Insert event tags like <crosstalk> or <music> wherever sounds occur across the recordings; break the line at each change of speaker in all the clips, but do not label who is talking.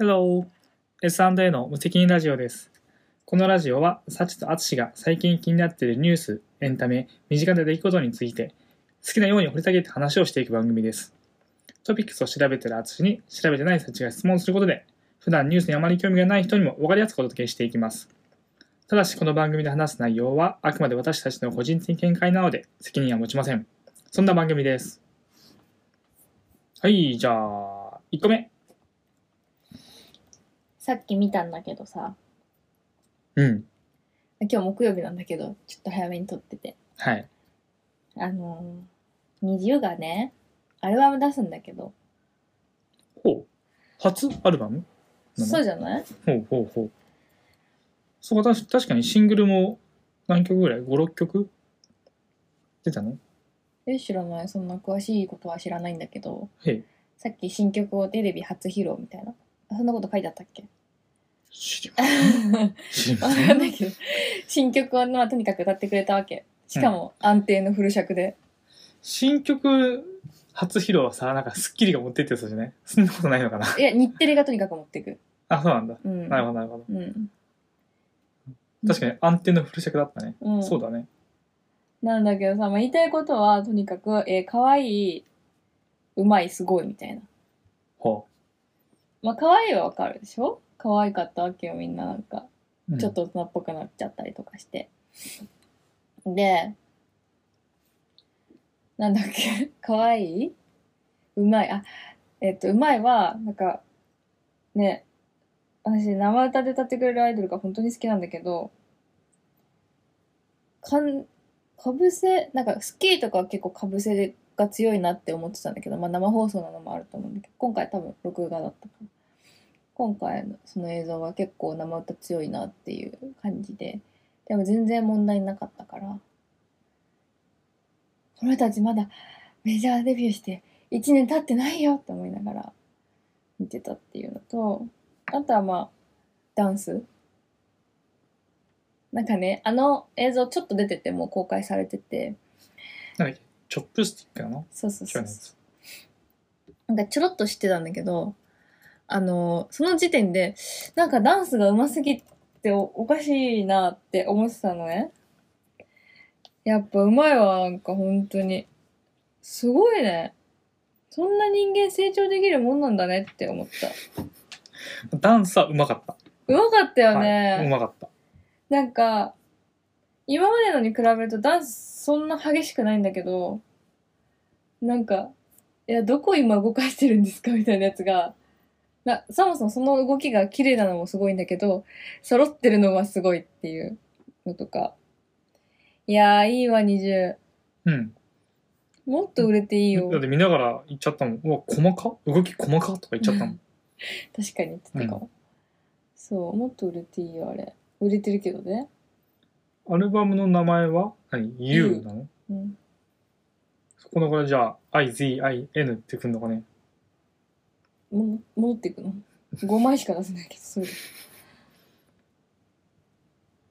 Hello! S&A の無責任ラジオです。このラジオは、サチとアツシが最近気になっているニュース、エンタメ、身近な出来事について、好きなように掘り下げて話をしていく番組です。トピックスを調べているアツシに、調べてないサチが質問することで、普段ニュースにあまり興味がない人にも分かりやすくお届けしていきます。ただし、この番組で話す内容は、あくまで私たちの個人的見解なので、責任は持ちません。そんな番組です。はい、じゃあ、1個目。
さっき見たんだけどさ
うん。
今日木曜日なんだけどちょっと早めに撮ってて
はい。
あのー、NiziU がねアルバム出すんだけど
ほう。初アルバムなの
そうじゃない
ほうほうほう。そうか、たし確かにシングルも何曲ぐらい ?5、6曲出たの
え知らないそんな詳しいことは知らないんだけど
へえ、
さっき新曲をテレビ初披露みたいなあそんなこと書いてあったっけ
<laughs> 知り
<laughs>
ません。知りま
わ
せ
か
ん。
んないけど新曲を、まあ、とにかく歌ってくれたわけしかも安定のフル尺で、
新曲初披露はさ、なんかスッキリが持ってってそうじゃないそんなことないのかな
いや日テレがとにかく持ってく
あ、そうなんだ。
うん
なるほど、なるほど。
うん
確かに安定のフル尺だったね。
うん、
そうだね。
なんだけどさ、まあ、言いたいことはとにかく、えー、可愛いうまいすごいみたいな
ほ
まあ可愛いはわかるでしょ可愛かったわけよみんななんか
う。うん
ちょっと大人っぽくなっちゃったりとかして、でなんだっけ <laughs> 可愛いうまいあえっとうまいはなんかね私生歌で歌ってくれるアイドルが本当に好きなんだけどかんかぶせなんかスッキリとかは結構かぶせが強いなって思ってたんだけど、まあ、生放送なのもあると思うんだけど今回多分録画だったから今回のその映像は結構生歌強いなっていう感じででも全然問題なかったからこの人たちまだメジャーデビューして1年経ってないよって思いながら見てたっていうのとあとはまあダンスなんかねあの映像ちょっと出ててもう公開されてて
なんだっけチョップスティックかな
そうそう
去年
そ
の
う
や
そう
つ。
なんかちょろっと知ってたんだけど、あの、その時点で、なんかダンスが上手すぎておおかしいなって思ってたのね。やっぱ上手いわ、なんか本当に。すごいね。そんな人間成長できるもんなんだねって思った。
ダンスはうまかった。
上手かったよね。
はい、うまかった。
なんか、今までのに比べるとダンスそんな激しくないんだけど、なんか、いや、どこ今動かしてるんですか <laughs> みたいなやつが、な、そもそもその動きが綺麗なのもすごいんだけど、揃ってるのがすごいっていうのとか。いやー、いいわ、20。
うん。
もっと売れていいよ。
だって見ながら言っちゃったもん。うわ、細か動き細かとか言っちゃったもん。
確かに言ってたかも。そう、もっと売れていいよ、あれ。売れてるけどね。
アルバムの名前は何 ?U なの
うん。
そこのこれじゃあ、IZIN ってくんのかね
も、戻っていくの ?5 枚しか出せないけど、それで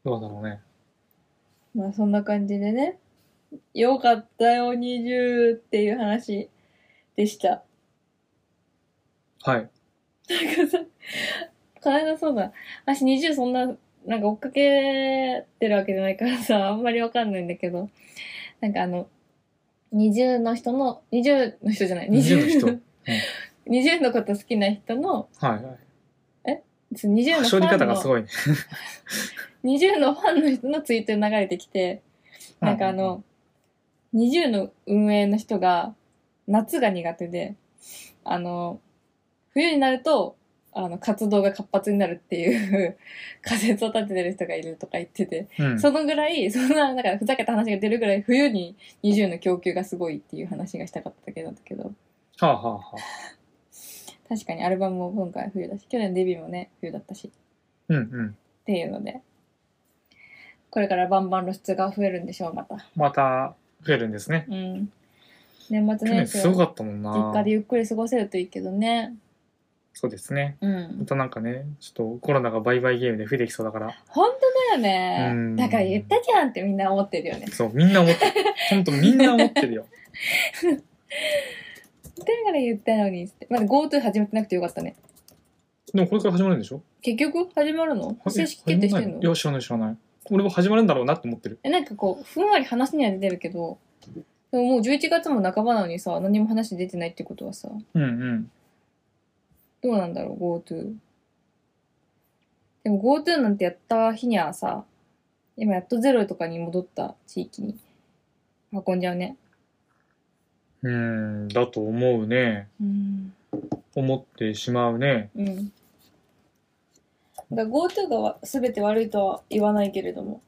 どうだろうね。
まあそんな感じでね。よかったよ、20っていう話でした。
はい。
なんかさ、この間そうだ。私20そんな、なんか追っかけてるわけじゃないからさ、あ <laughs> んまりわかんないんだけど。なんかあの、20の人の、20の人じゃない、
20の人。
<laughs> の20のこと好きな人の、
はいはい。
その20の
はし
フ
ょり
ァン
方がす
の、
ごいね。
20のファンの人のツイートに流れてきて、なんかあの、20の運営の人が、夏が苦手で、あの、冬になると、あの、活動が活発になるっていう <laughs> 仮説を立ててる人がいるとか言ってて、
うん、うん。
そのぐらい、そんな、なんかふざけた話が出るぐらい、冬に20の供給がすごいっていう話がしたかっただけなんだけど、
はあ、はあはあ、
確かにアルバムも今回冬だし、去年デビューもね、冬だったし、
うんうん。
っていうので、これからバンバン露出が増えるんでしょう、また。
また増えるんですね。
うん。年末
去
年
年
始
す
は
ごかったもん
実
な
家。でゆっくり過ごせるといいけどね。
そうですね。
う
ま
ん。
たなんかね、ちょっとコロナがバイバイゲームで増えてきそうだから。
本当だよね。
うん
だから言ったじゃんってみんな思ってるよね。
そう、みんな思ってる。ほんとみんな思ってるよ。 <laughs>
だから言ったのにって。まだ GoTo 始めてなくてよかったね。
でもこれから始まるんでしょ
結局始まるの
え
正式決定して
始ま
ん
ら
の
ないいや知らない知らない俺も始まるんだろうなって思ってる
えなんかこうふんわり話には出てるけどでももう11月も半ばなのにさ何も話出てないってことはさ
うんうん
どうなんだろう GoTo でも GoTo なんてやった日にはさ今やっとゼロとかに戻った地域に運んじゃうね
うーんだと思うね
うん
思ってしまうね
うんだから GoTo がわ全て悪いとは言わないけれども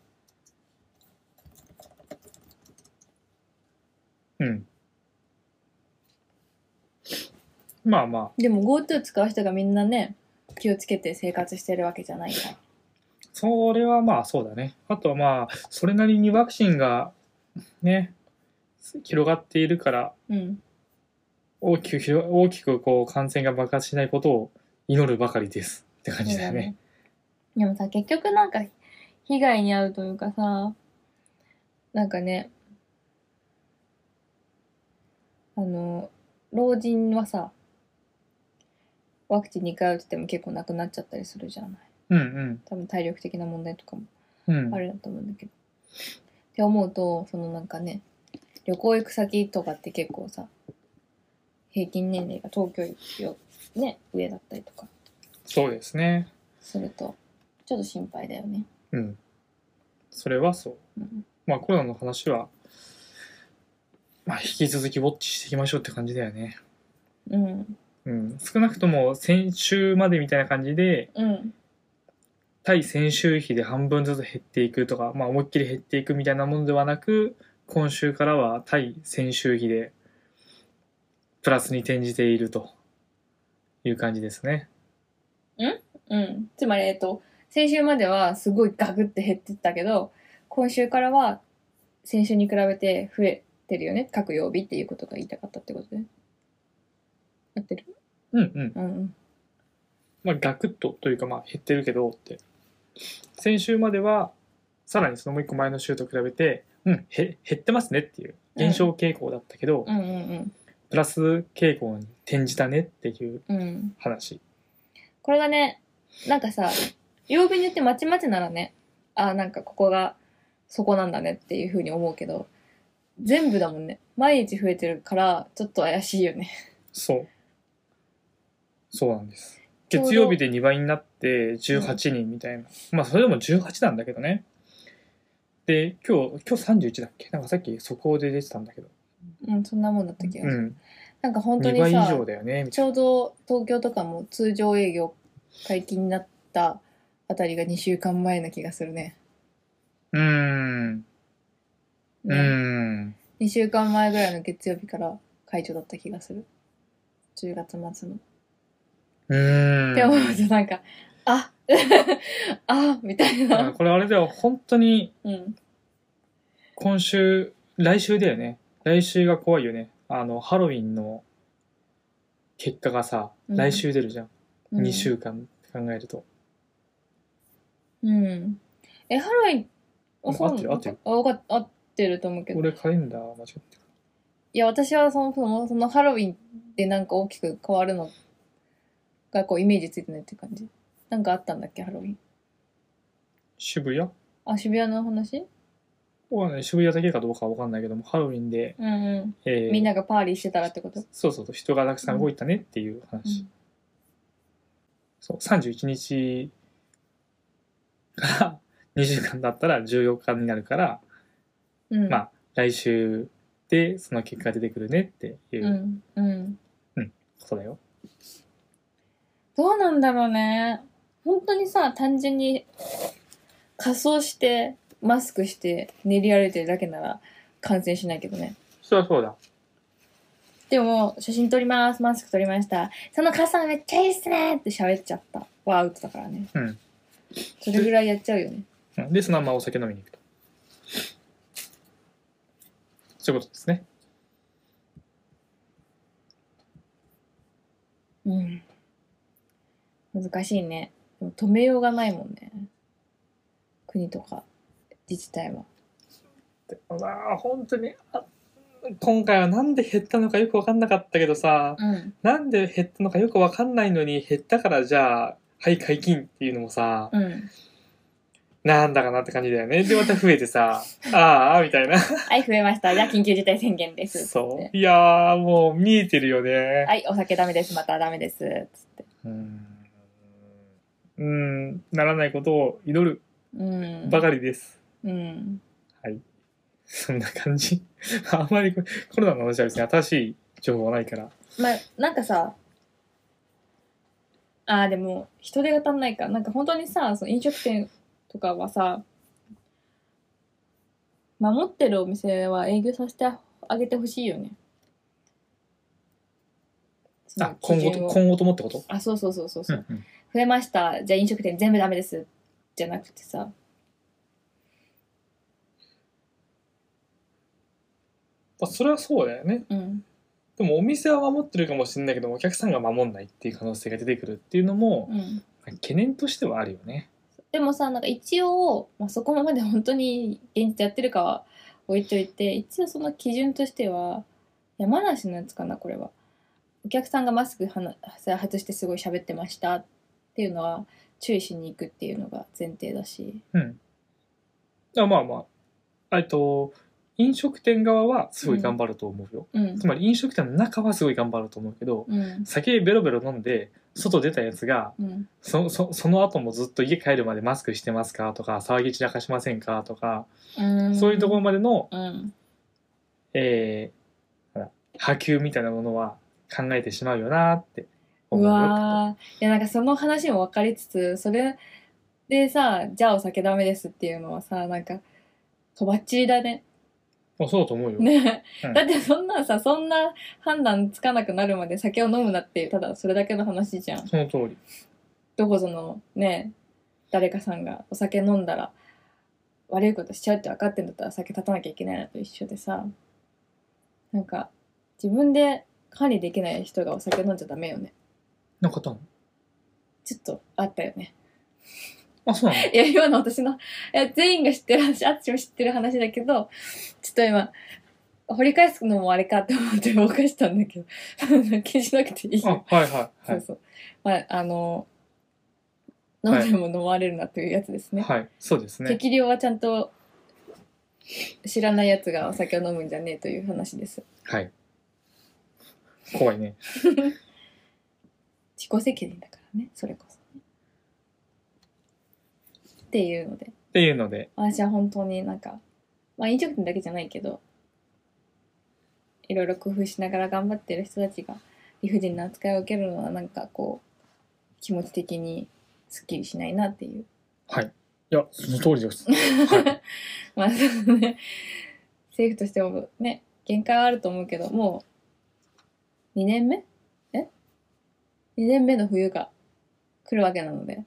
うんまあまあ
でも GoTo 使う人がみんなね気をつけて生活してるわけじゃないから
それはまあそうだねあとはまあそれなりにワクチンがね広がっているから
うん
大きく広大きくこう感染が爆発しないことを祈るばかりですって感じだよね
そうだねでもさ結局なんか被害に遭うというかさなんかねあの老人はさワクチン2回打ってても結構なくなっちゃったりするじゃない
うん
多分体力的な問題とかも
うんうん
あれだと思うんだけど。って思うとそのなんかね旅行行く先とかって結構さ平均年齢が東京よりね上だったりとか
そうですね
するとちょっと心配だよね。
うんそれはそう
うん
まあコロナの話はまあ引き続きウォッチしていきましょうって感じだよね
うん
うん少なくとも先週までみたいな感じで
うん
対先週比で半分ずつ減っていくとか、まあ、思いっきり減っていくみたいなものではなく今週からは対先週比でプラスに転じているという感じですね。
うんつまりえっと先週まではすごいガクって減ってったけど今週からは先週に比べて増えてるよね各曜日っていうことが言いたかったってことで。合ってる
うんうん。
うんうん
まあ、ガクッとというか、まあ、減ってるけどって。先週までは、さらにそのもう一個前の週と比べて、うん、へ減ってますねっていう減少傾向だったけど、
うんうん
プラス傾向に転じたねっていう
うんうん。
話。
これがねなんかさ曜日によってまちまちならねあーなんかここがそこなんだねっていうふうに思うけど全部だもんね毎日増えてるからちょっと怪しいよね
そう。そうなんです。
ちょうど
月曜日で2倍になって18人みたいな。まあ、それでも18なんだけどね。で、今日、今日31だっけなんかさっき速報で出てたんだけど。
うんそんなもんだった気が
う
する、
ん。
なんか本当
2
に
倍以
さ
上だよね、みた
ちょうど東京とかも通常営業解禁になったあたりが2週間前な気がするね
いな。うーん。う
ね、
ーん。
2週間前ぐらいの月曜日から解除だった気がする10月末の
うーん。
って思うとなんか、あ <laughs> あみたい
うん
な。
これあれだよ、本当に
うん。
今週、来週だよね。来週が怖いよね。あの、ハロウィンの結果がさ、
うん
来週出るじゃん。
うん
2。週間って考えると。
うん。え、ハロウィン、
う
あ、
ん
そう
合ってる合ってる
あ、わかっ合ってると思うけど。
俺カレンダー間違ってる。
いや、私はその、その、そのハロウィンでなんか大きく変わるのが、こう、イメージついてないって感じ。なんかあったんだっけ、ハロウィン。
渋谷
あ、渋谷の話
わかんない渋谷だけかどうかはわかんないけども、ハロウィンで、
うんうん。
えー
みんながパーリーしてたらってこと
そうそうそう、人がたくさん動いたねっていう話。
うん
そう、31日が2週間だったら14日になるから、
うん。。
まあ、来週でその結果が出てくるねっていううん
うん。
ことだよ。
どうなんだろうね。本当にさ、単純に仮装して、マスクして練り歩いてるだけなら感染しないけどね。
そりゃそうだ。
でも、写真撮ります。マスク撮りました。その傘めっちゃいいっすねって喋っちゃった。はアウトだからね。
うん
それぐらいやっちゃうよね。
うんで、そのままお酒飲みに行くと。そういうことですね。
うん。難しいね。でも止めようがないもんね。国とか、自治体は。
でまあ、本当に、あ今回はなんで減ったのかよく分かんなかったけどさ、
うん。
なんで減ったのかよく分かんないのに減ったからじゃあはい解禁っていうのもさ、
うん。
なんだかなって感じだよねでまた増えてさああみたいな
はい、増えました。じゃあ緊急事態宣言です。つっ
そ
て
ういやーもう見えてるよね、
はい、お酒ダメです。またダメです。つって。
うんうんならないことを祈る
うん。
ばかりです、
うん。
はいそんな感じあんまりこれコロナの話は別に新しい情報はないから
まあ、なんかさ、ああ、でも、人手が足んないか。なんか本当にさ、その飲食店とかはさ、守ってるお店は営業させてあげてほしいよね。その
あ今後
基準
と
を
今後ともってこと
あ、そうそうそうそうそうう、
んうん
増えました。じゃあ飲食店全部ダメです。じゃなくてさ。
まあ、それはそうだよね
うん。
でもお店は守ってるかもしれないけどお客さんが守んないっていう可能性が出てくるっていうのも
うん。
懸念としてはあるよね
でもさなんか一応、まあ、そこまで本当に現実やってるかは置いといて一応その基準としては山梨のやつかなこれはお客さんがマスクはな外してすごい喋ってましたっていうのは注意しに行くっていうのが前提だし
うんあまあまあえっと飲食店側はすごい頑張ると思うよ、
うん
つまり飲食店の中はすごい頑張ると思うけど
うん
酒ベロベロ飲んで外出たやつが
うん
そそその後もずっと家帰るまでマスクしてますかとか騒ぎ散らかしませんかとか、
うん
そういうところまでの、
うん
えーほら波及みたいなものは考えてしまうよなって
う
よ
わーいやなんかその話も分かりつつそれでさじゃあお酒ダメですっていうのはさなんかとばっちりだね
あそうだと思うよ。
ね、
うん
だってそんなんさそんな判断つかなくなるまで酒を飲むなっていうただそれだけの話じゃん
その通り。
どこぞのね誰かさんがお酒飲んだら悪いことしちゃうって分かってんだったら酒立たなきゃいけないのと一緒でさなんか自分で管理できない人がお酒飲んじゃダメよね
なんかあったの
ちょっとあったよね
あ、そうなの
<laughs> いや今の私のいや全員が知ってる話あっちも知ってる話だけどちょっと今掘り返すのもあれかって思って動かしたんだけど <laughs> 気にしなくていいよ
あ、はいはい
そ
はい。
うそう。まあ、あの、飲んでも飲まれるなというやつですね。
はい、そうですね。
適量はちゃんと知らないやつがお酒を飲むんじゃねえという話です。
はい。怖いね。
自己責任だからね、それこそ。っていうので、
っていうので、
私は本当になんか、まあ飲食店だけじゃないけど、いろいろ工夫しながら頑張ってる人たちが理不尽な扱いを受けるのはなんかこう、気持ち的にすっきりしないなっていう
はい。いや、その通り
<laughs>
です。はい。
まあ、そうね、政府としてもね、限界はあると思うけど、もう、2年目え ?2 年目の冬が来るわけなので、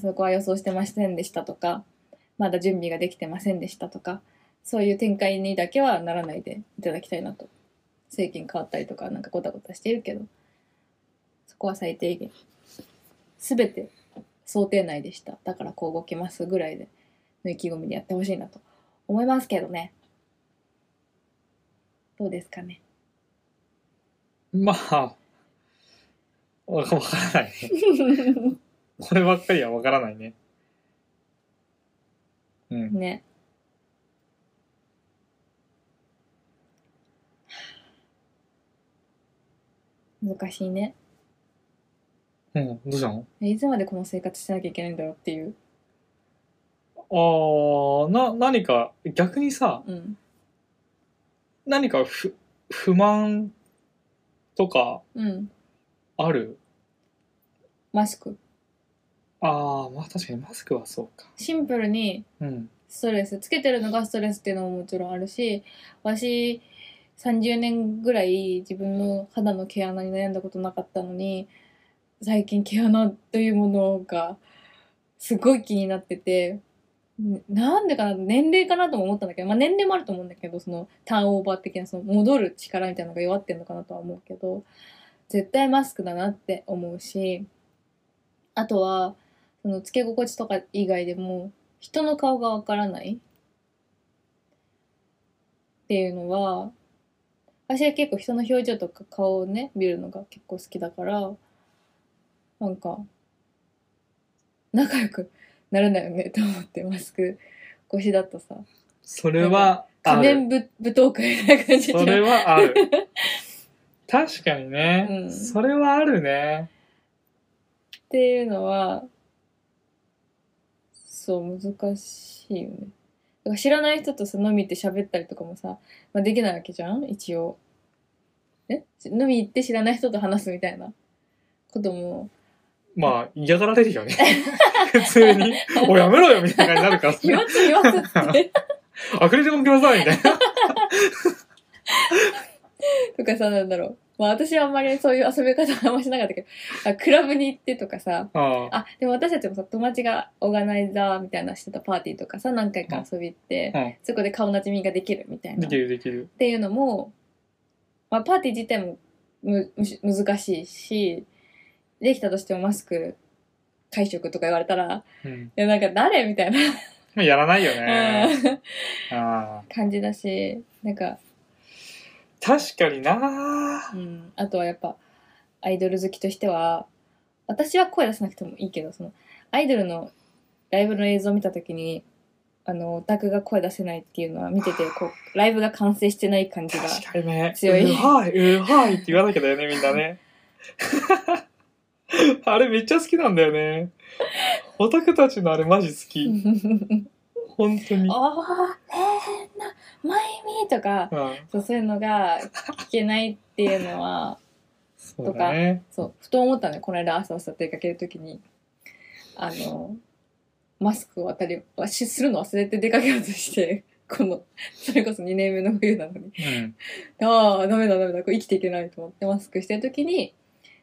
そこは予想してませんでしたとか、まだ準備ができてませんでしたとか、そういう展開にだけはならないでいただきたいなと。政権変わったりとか、なんかごたごたしているけど、そこは最低限。すべて想定内でした。だからこう動きますぐらいで。の意気込みでやってほしいなと思いますけどね。どうですかね。
まあ、わわからない
<laughs>
ね。こればっかりはわからないね。うん。
ね。難しいね。
うん、どうしたの
いつまでこの生活してなきゃいけないんだろうっていう。
あー、な、何か、逆にさ、
うん。
何か不、不満とか
うん。
ある
マスク。
あー、まあ確かにマスクはそうか。
シンプルに
うん。
ストレスつけてるのがストレスっていうのももちろんあるし私30年ぐらい自分の肌の毛穴に悩んだことなかったのに最近毛穴というものがすごい気になっててんなんでかな年齢かなとも思ったんだけど、まあ、年齢もあると思うんだけどそのターンオーバー的なその戻る力みたいなのが弱ってるのかなとは思うけど絶対マスクだなって思うしあとはそのつけ心地とか以外でも人の顔がわからないっっていうのは私は結構人の表情とか顔をね見るのが結構好きだからなんか仲良くならないよねと思ってマスク越しだとさ
それはあ
仮面
る。
ぶ舞踏会みたいな感じ
それ
で
はある。
<laughs>
確かにね、
うん
それはあるね。
っていうのはそう難しいよねだから知らない人とさ飲み行って喋ったりとかもさ、まあ、できないわけじゃん一応え飲み行って知らない人と話すみたいなことも
まあ、嫌がられる
<laughs>
よね。普通に。お、やめろよみたいな感じになるから
<laughs> 言わず言わずって
アクリルもくださいみたい
<laughs>
な。
とかさなんだろうまあ私はあんまりそういう遊び方はあんましなかったけどあクラブに行ってとかさ
ああ
あでも私たちもさ友達がオーガナイザーみたいなのしてたパーティーとかさ何回か遊び行って、
うん
そこで顔なじみができるみたいな
できるできる。
っていうのも、まあ、パーティー自体もむむし難しいしできたとしてもマスク会食とか言われたら
うん。
いやなんか誰みたいな、
まあやらないよね。
うん
ああ
感じだしなんか、
確かにな
うん、あとはやっぱアイドル好きとしては私は声出さなくてもいいけどそのアイドルのライブの映像を見た時にあのオタクが声出せないっていうのは見ててこうライブが完成してない感じが
確かにね。
強いう
はいうはーいって言わなきゃだよね、みんなね。 <laughs> あれめっちゃ好きなんだよね。オタクたちのあれマジ好き。
<laughs>
本当に。
おー、えー、な、まゆみとか、
うん
そうそういうのが聞けないっていうのは、
そうだね。
そう、ふと思ったのよ。この間朝朝出かけるときに、あの、マスクを渡り、わしするの忘れて出かけようとして、この、それこそ2年目の冬なのに、
うん。
ああ、ダメだダメだ、これ生きていけないと思ってマスクしてるときに、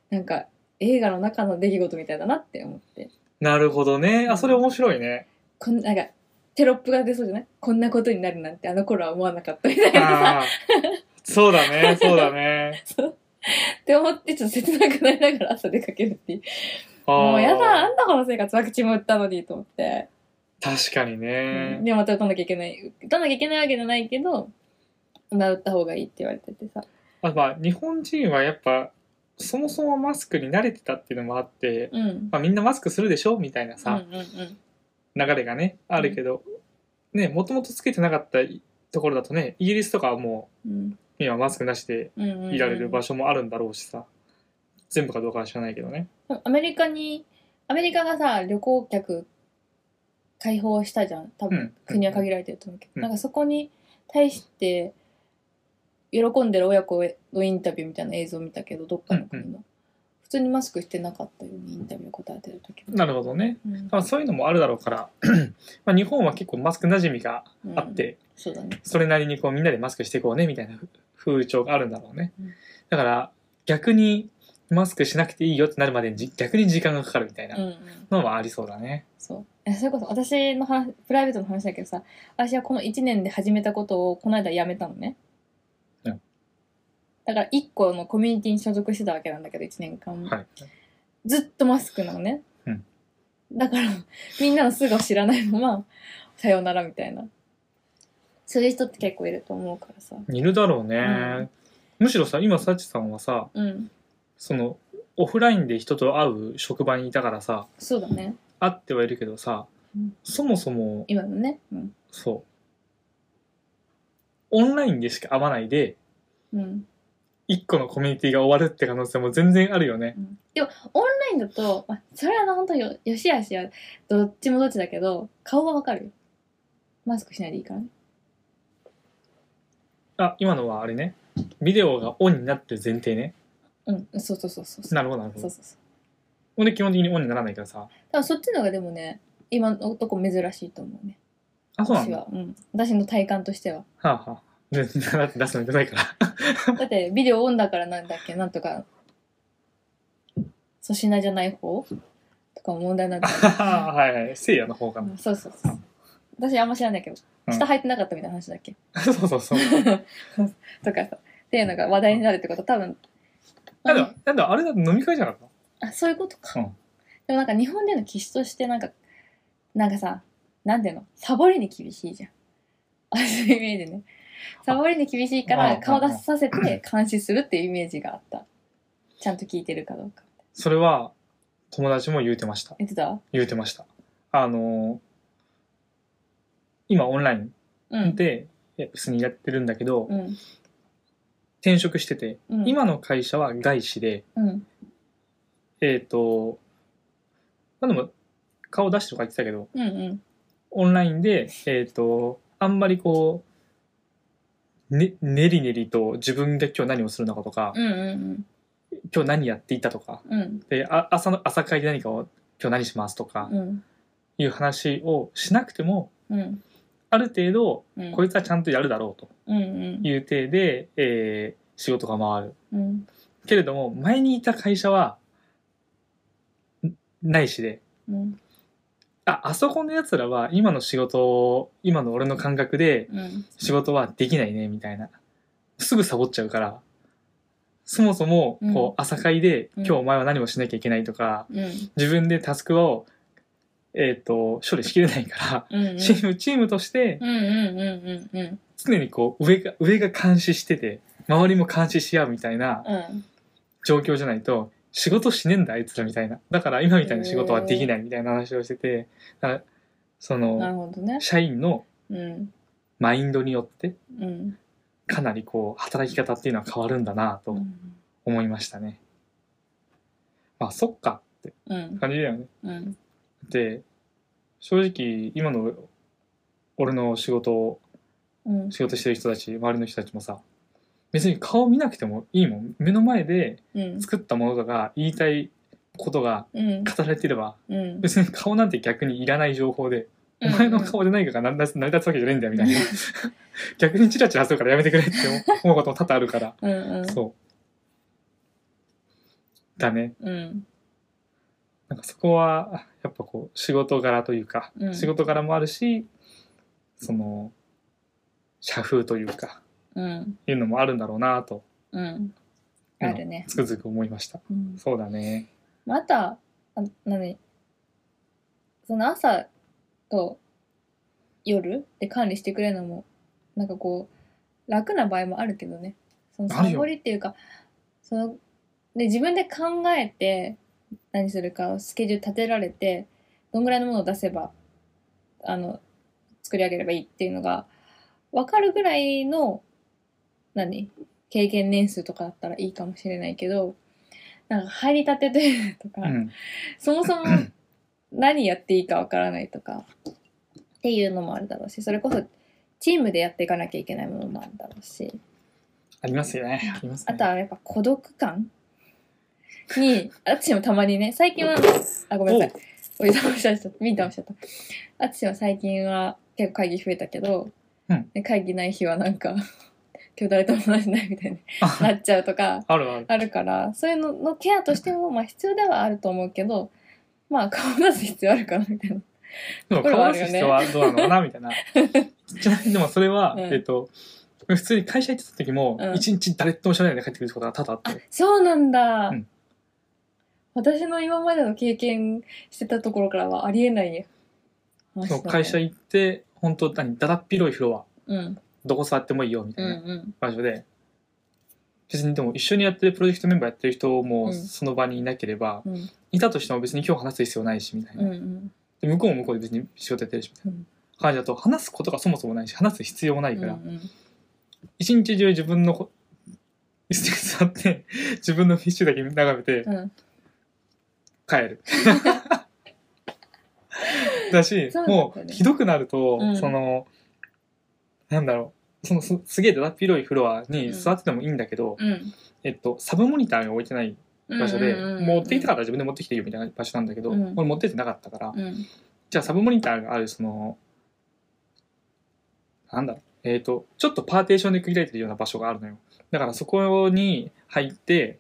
なんか、映画の中の出来事みたいだなって思って、
なるほどね。あ、それ面白い
<laughs>
ね。
こんなんか、テロップが出そうじゃないこんなことになるなんてあの頃は思わなかったみたいなさ。
ああ。そうだね、そうだね。
って思って、ちょっと切なくなりながら朝出かけるっていう。
ああ
もうやだ、あんたこの生活ワクチンも打ったのにと思って。
確かに
うん
ね。
でもまた打たなきゃいけない。打たなきゃいけないわけじゃないけど、まあ打った方がいいって言われててさ。
あまあ、日本人はやっぱ、そもそもマスクに慣れてたっていうのもあって、
うん。
まあ、みんなマスクするでしょみたいな
うんう
さ、
んうん。
流れがね、あるけど、ね、もともとつけてなかったところだとね、イギリスとかはも
うん
う、今マスクなしで
うんうんうん
いられる場所もあるんだろうしさ、全部かどうかは知らないけどね。
アメリカに、アメリカがさ、旅行客解放したじゃん。多分、
うん
国は限られてると思うけど、
うん
なんかそこに対して、喜んでる親子のインタビューみたいな映像を見たけど、どっかの国の。普通にマスクしてなかったよね、インタビュー答えてる時も
なるほどね。
うん
まあ、そういうのもあるだろうから、 <clears throat> まあ日本は結構マスクなじみがあっ
うん
て、
そうだね。
それなりにこうみんなでマスクしていこうねみたいなふ風潮があるんだろうね
うん。
だから逆にマスクしなくていいよってなるまでにじ逆に時間がかかるみたいな
うんうん。
のはありそうだね。
そう。えそれこそ私の話、プライベートの話だけどさ、私はこの1年で始めたことをこの間やめたのね。
うん
だから1個のコミュニティに所属してたわけなんだけど、1年間。
はい。
ずっとマスクなのね。
うん
だから、みんなの素顔知らないまま、さようならみたいな。そういう人って結構いると思うからさ。
いるだろうね。
うん
むしろさ、今、サチさんはさ、
うん。
その、オフラインで人と会う職場にいたからさ、
そうだね。
会ってはいるけどさ
うん、
そもそも、
今のね。うん。
そう、オンラインでしか会わないで、
うん。
一個のコミュニティが終わるって可能性も全然あるよね。
でも、オンラインだと、まあ、それはな、本当よ、よしあしは、どっちもどっちだけど、顔はわかるよ。マスクしないでいいからね。
あ、今のはあれね。ビデオがオンになってる前提ね。
うん、そうそうそうそうそう。
なるほど、なるほ
そ
ど
う。そうそう。
俺基本的にオンにならないからさ。
多分そっちの方がでもね、今のとこ珍しいと思うね。
あ、そうなん
私
だ。は
は。うん。私の体感としては。
あ、はあ。全然だって出すの出ないから。
<laughs> だって、ビデオオンだからなんだっけ、なんとか、粗品じゃない方とかも問題なんだけ
はいはい。せいやの方か <laughs>
ど
な
う。んそうそうそう。私あんま知らないけど、
うん
下履いてなかったみたいな話だっけ。
そうそうそう。
<laughs> とかさ、っていうのが話題になるってこと多分、
なんだ、なんだ、あれだって飲み会じゃなかっ
あそういうことか、
うん
でもなんか日本での気質としてなんか <laughs> なんかさなんていうのサボりに厳しいじゃんあそういうイメージねサボりに厳しいか
はいは
ら
い
顔出させて監視するっていうイメージがあった。ちゃんと聞いてるかどうか。
それは友達も言うてました
言ってた
言うてましたあの今オンライン
うん。
でいや普通にやってるんだけど、
うん。
転職してて、
うん、
今の会社は外資で
うん。
えっ、とまあでも顔出してとか言ってたけど
うんうん。
オンラインでえっ、とあんまりこうねねりねりと自分が今日何をするのかとか、
うんうん
今日何やっていたとか
うん。うん。
であ朝の朝会で何かを今日何しますとか
うん。
いう話をしなくても
うん。
ある程度
うん。
こいつはちゃんとやるだろうと
うんうん。
いう体で、えー仕事が回る
うん。
けれども前にいた会社はんないしで
うん。
ああそこのやつらは今の仕事を今の俺の感覚で
うん。
仕事はできないねみたいなすぐサボっちゃうからそもそも
うん
こう朝会で、
うん
今日お前は何をしなきゃいけないとか、
うん。
自分でタスクを、えっと処理しきれないから、 <laughs>
うん。
チームチームとして
うんうんうんうんうん
常にこう上が上が監視してて周りも監視し合うみたいな
うん
状況じゃないと仕事しねえんだあいつらみたいなだから今みたいな仕事はできないみたいな話をしててだからそ
なる
の
ほどね
社員の
うん
マインドによって
うん
かなりこう働き方っていうのは変わるんだな
う
と
ん
思いましたね。まあそっかって
うん
感じだよね。
うん
で正直今の俺の仕事を
うん
仕事してる人たち周りの人たちもさ別に顔見なくてもいいもん目の前で
うん
作ったものとか言いたいことが
うん
語られてれば
うん
別に顔なんて逆にいらない情報で、お前の顔じゃないから成り立つ <laughs> 成り立つわけじゃないんだよみ
<laughs>
たいな逆にチラチラするからやめてくれって思う <laughs> ことも多々あるから
うんうん
そうだね
うん
なんかそこはやっぱこう仕事柄というか、
うん
仕事柄もあるしその社風というか
うん
いうのもあるんだろうなと
うんあるね
つくづく思いました
うん
そうだね
またあ何その朝と夜で管理してくれるのもなんかこう楽な場合もあるけどねその
ある
サ
よ
ボりっていうかそので自分で考えて何するかをスケジュール立てられてどんぐらいのものを出せばあの作り上げればいいっていうのが分かるぐらいの何経験年数とかだったらいいかもしれないけどなんか入りたてというとか、
うん
そもそ
<clears throat>
も何やっていいかわからないとかっていうのもあるだろうしそれこそチームでやっていかなきゃいけないものもあるだろうし
ありますよねありますね
あとはやっぱ孤独感に私もたまにね最近はあごめんなさいおじさましちゃったミンタもしちゃった私も最近は結構会議増えたけど、
うん
で会議ない日はなんか <laughs> 今日誰とも話しないみたいにな
あ
っちゃうとか
あるある
あるからそういうののケアとしてもまあ必要ではあると思うけどまあ顔出す必要あるかなみたいな。
でも
これ
顔
はあ
出
るよ
す
ね
人はどうなのかなみた
<laughs>
いなちなみにでもそれは、
うん
えっと普通に会社行ってた時も
うん
一、日誰とも喋らないで帰ってくることが多々あ
あ
って
そうなんだ、
うん
私の今までの経験してたところからはありえない話
そ
だね
う会社行って本当何だだっ広いフロア
うん
どこ座ってもいいよみた
う
い
ん
な場所で、別にでも一緒にやってるプロジェクトメンバーやってる人
う
も
ん
その場にいなければ、
うんうん
いたとしても別に今日話す必要ないしみたいな、
うんうん
で向こうも向こうで別に仕事やってるしみたいな
うん
感じだと話すことがそもそもないし話す必要もないから、
うん
一日中自分のこ椅子に座って <laughs> 自分のフィッシュだけ眺めて
うんうん
帰る。だし
そうなんだよ
も
ね
うひどくなると、
うん
そのなんだろうそのすすげえだだっ広いフロアに座っててもいいんだけど、
うん
えっと、サブモニターに置いてない場所で、
うんうんうんうん
持ってきたから自分で持ってきていいよみたいな場所なんだけど、
うん
俺持ってってなかったから、
うん
じゃあサブモニターがあるそのなんだろうえっ、とちょっとパーテーションで区切られてるような場所があるのよだからそこに入って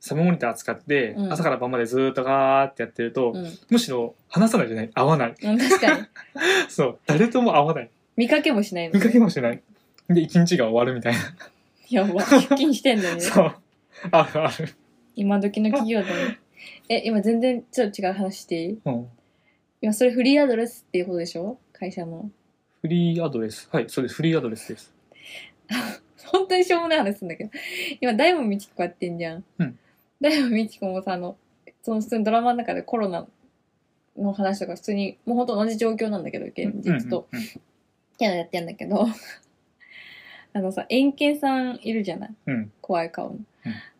サブモニター使って、
うん
朝から晩までずーっとガーってやってると、
うん
むしろ話さないじゃない合わない
うん確かに
そう誰とも合わない
見かけもしないの
見
ね
かけもしないで一日が終わるみたい
いや
<laughs>
ば出勤してんの
な
に
そうあるある、
今時の企業だねえ今全然ちょっと違う話していい
うん、
今それフリーアドレスっていうことでしょ会社の
フリーアドレスはいそうですフリーアドレスです
本当にしょうもない話すんだけど。今、大門みちこやってんじゃん。
うん
大門みちこもさ、あの、その普通にドラマの中でコロナの話とか普通に、もう本当同じ状況なんだけど、現実と。
うんうん
っていうのやってんだけど、 <laughs> あのさ、円形さんいるじゃない
うんうん
怖い顔の、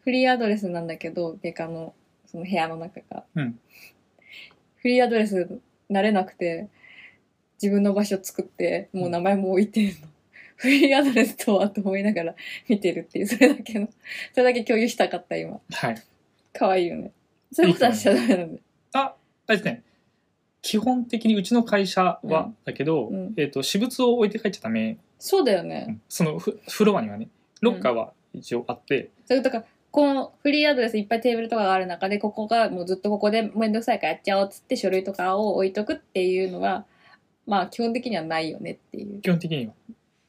フリーアドレスなんだけど外科のその部屋の中が、
うん
フリーアドレス慣れなくて自分の場所作ってもう名前も置いてるの、フリーアドレスとはと思いながら見てるっていうそれだけのそれだけ共有したかった今
はい。
可愛いよねそういうことはしちゃダメなんで
あれですね。基本的にうちの会社は、
うん
だけど、
うん
えっ、と、私物を置いて帰っちゃダメ。
そうだよね、
そのフフロアにはね、ロッカーは一応あって、
それとかこのフリーアドレスいっぱいテーブルとかがある中でここがもうずっとここで面倒くさいからやっちゃおうっつって書類とかを置いとくっていうのはまあ基本的にはないよねっていう
基本的には。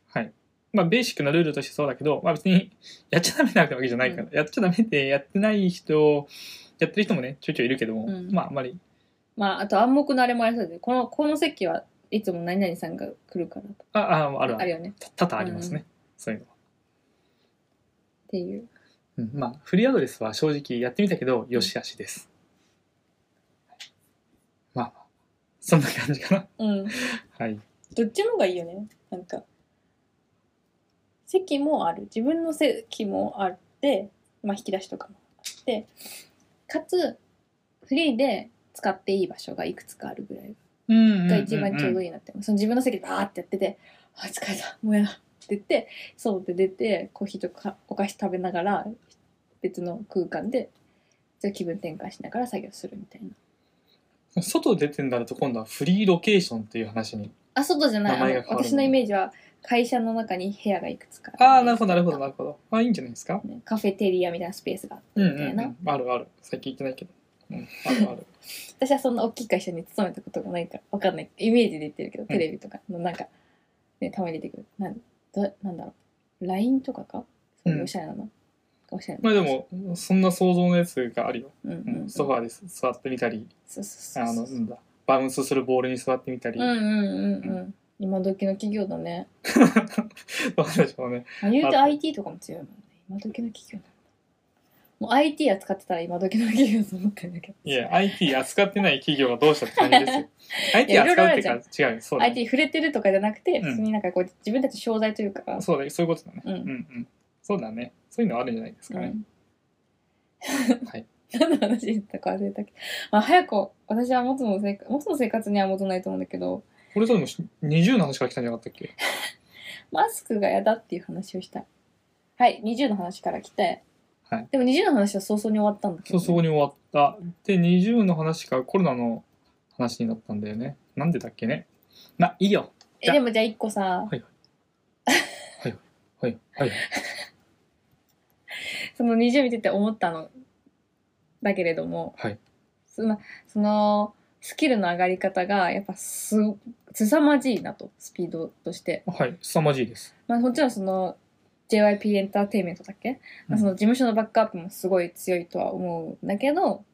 はい。まあ、ベーシックなルールとしてそうだけど、まあ別に、 <laughs> やっちゃダメなわけじゃないから、やっちゃダメで、やってない人、やってる人もね、ちょいちょいいるけども、
うん
まああんまり、
まああと暗黙のあれもありそうでこのこの席はいつも何々さんが来るからと
あ、あ、ある
か
あ
ある
る。
よね
た多々ありますね。そういうのは。
っていう
うん、まあ、フリーアドレスは正直やってみたけど、よしあしです。まあまあ、そんな感じかな。
うん
はい。
どっちもがいいよねなんか席もある自分の席もあってまあ引き出しとかもあってかつフリーで使っていい場所がいくつかあるぐらい
うん
が一番ちょうど
いい。
いいなって、その自分の席でバーってやってて「あ疲れたもうやだ」って言って外で出てコーヒーとかお菓子食べながら別の空間でじゃあ気分転換しながら作業するみたいな
外出てんだと今度はフリーロケーションっていう話に。
あ外じゃない
名前が
あの
変わるの
私のイメージは会社の中に部屋がいくつか
ああ、なるほど、なるほど、なるほど。まあいいんじゃないですか。
ねカフェテリアみたいなスペースがあって
うんう
み
ん、
たいな、
うん。あるある。最近行ってないけど。うん、ある <laughs> ある。
私はそんな大きい会社に勤めたことがないからわかんないイメージで言ってるけどテレビとかのなんか、ね、たまに出てくるなんどなんだろう LINE とかかそういうおしゃれなの、おしゃれ
ま
な
あでも、そんな想像のやつがあるよ。
うんう
うん
うん
ん、ソファーで座ってみたり、
そうそうそう
あの、なんだ、バウンスするボールに座ってみたり。
う
<laughs>
ん
わ
うんうんうん今時の企業だね
かんないでしょうね。
あ言うて
あ
IT とかも強いもんね今時の企業なんだもう IT 扱ってたら今時の企業だと思ってるんだけど
いや、IT 扱ってない企業がどうしたって感じ <laughs> ですよ。IT 扱うっていうか、違うよ。そうだよ。
IT 触れてるとかじゃなくて
うん
普通になんかこう自分たち商材というか
そうだよ、そういうことだね。
うん
うんうん。そうだね。そういうのあるんじゃないですか
う
ね。
ん
はい。
<laughs> 何の話言ったか忘れたけど、まあ、早く私は元の生活元の生活には戻らないと思うんだけど
これとでも20の話から来たんじゃなかったっけ
マスクが嫌だっていう話をしたいはい20の話から来て、
はい
でも20の話は早々に終わったんだけ
そ
ど
う、
ね、
そこに終わった。で、20の話からコロナの話になったんだよね。なんでだっけね。まあ、いいよ。
えでもじゃあ1個さ
はい。はい。
その20見てて思ったのだけれども、
はい
そのそのスキルの上がり方がやっぱす凄まじいなとスピードとして
はい。凄まじいです。
まあもちろんその JYP エンターテインメントだっけ、まあ、その事務所のバックアップもすごい強いとは思うんだけど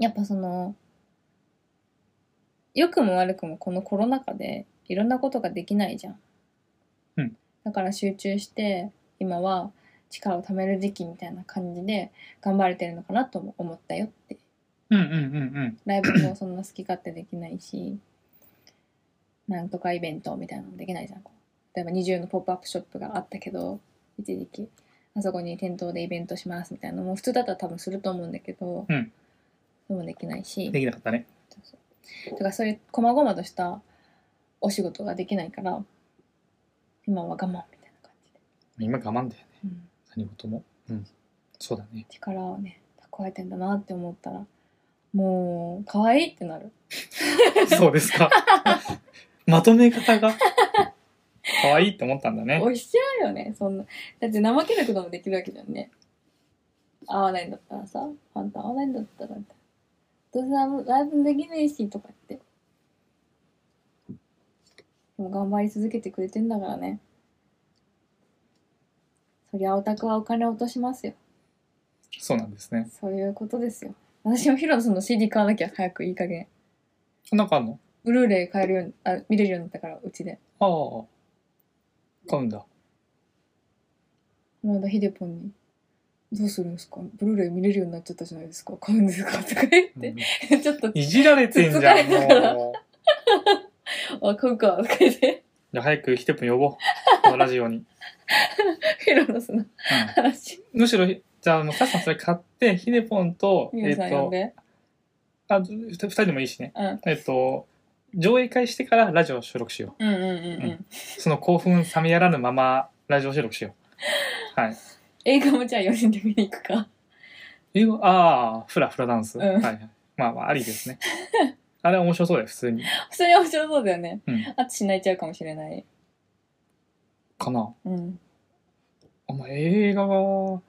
やっぱその良くも悪くもこのコロナ禍でいろんなことができないじゃん、
うん
だから集中して今は力を貯める時期みたいな感じで頑張れてるのかなとも思ったよって
うんうんうん
ライブもそんな好き勝手できないし、なんとかイベントみたいなのもできないじゃん。こう例えば20のポップアップショップがあったけど、一時期、あそこに店頭でイベントしますみたいなのも普通だったら多分すると思うんだけど、
うん
でもできないし
うん。、できなかったね。
だからそういう細々としたお仕事ができないから、今は我慢みたいな感じで。
今我慢だよね。
うん
何事も。うん。そうだね。
力をね蓄えてんだなって思ったらもう可愛いってなる
そうですか。 <laughs> まとめ方が。可愛いって思ったんだね。
押しちゃうよねそんなだって怠けなこともできるわけじゃんね合わないんだったらさあんた合わないんだったらみたいなどうせライブもできないしとかってでも頑張り続けてくれてんだからねそりゃオタクはお金落としますよ
そうなんですね。
そういうことですよ私もヒロさんの CD 買わなきゃ早くいい加減
なんかあんの
ブルーレイ買えるようにあ見れるようになったからうちで
ああ。買うんだ。
この間ヒデポンに「どうするんですかブルーレイ見れるようになっちゃったじゃないですか買うんですか?」とか言って、 <laughs> ちょっと
いじられてんじゃん、 <laughs> もう。
「あ買うか」とか言って
じゃあ早くヒテプン呼ぼう。このラジオに。
フィロのその話
うん、むしろ、じゃあもうサッさんそれ買って、ヒデポンと、え
皆
っ
さん呼ん
と、
で、
あ、二人二人でもいいしね。
うん
えっと、上映会してからラジオ収録しよ
うんうんうんう
うんんう。その興奮冷めやらぬままラジオ収録しよう。はい。
映画もじゃあ4人で見に行くか
英語ああ、フラフラダンス。
うん
はいはい。まあまあ、ありです
<laughs>
ね。あれ面白そうだよ、普通に。
普通に面白そうだよね
うん。
あっち泣いちゃうかもしれない
かな。
うん
あまあ、映画は、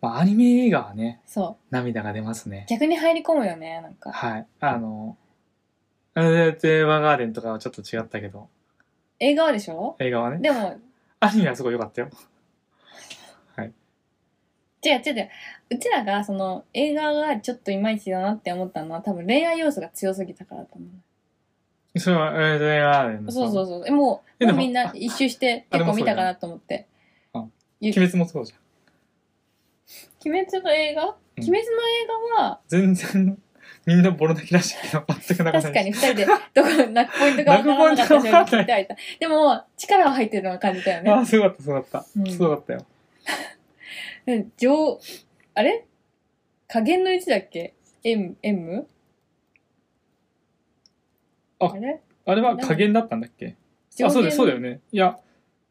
まあ、アニメ映画はね、
そう
涙が出ますね。
逆に入り込むよねなんか
はい。あの、えーテーマガーデンとかはちょっと違ったけど、
映画はでしょ
映画はね。
でも
アニメはすごい良かったよ。
違う違う違ううちらがその映画がちょっといまいちだなって思ったのは多分恋愛要素が強すぎたからだと思
それは、えーテーマガーデン
う
の。。
そうそううそうえもう
えで
もう
も
みんな一周して
あ
結
で
構
も
見たかなと思って
そうだよ
ゆ
鬼滅もそうじゃん。
鬼滅の映画、
うん
鬼滅の映画は
全然、みんなボロ泣きらしいけど、全く泣かない。
確かに2人でどこ泣くポイントが分からなか
泣
った
くポイントが分かんない
瞬間たでも力は入ってるのは感じたよ
あ
ね
あ、すごかった、すごかった。
うん
すごかったよ。
うん上あれ加減の位置だっけ M? M?
あ
れ
あれは加減だったんだっけあ、そうだよ、そうだよね。いや、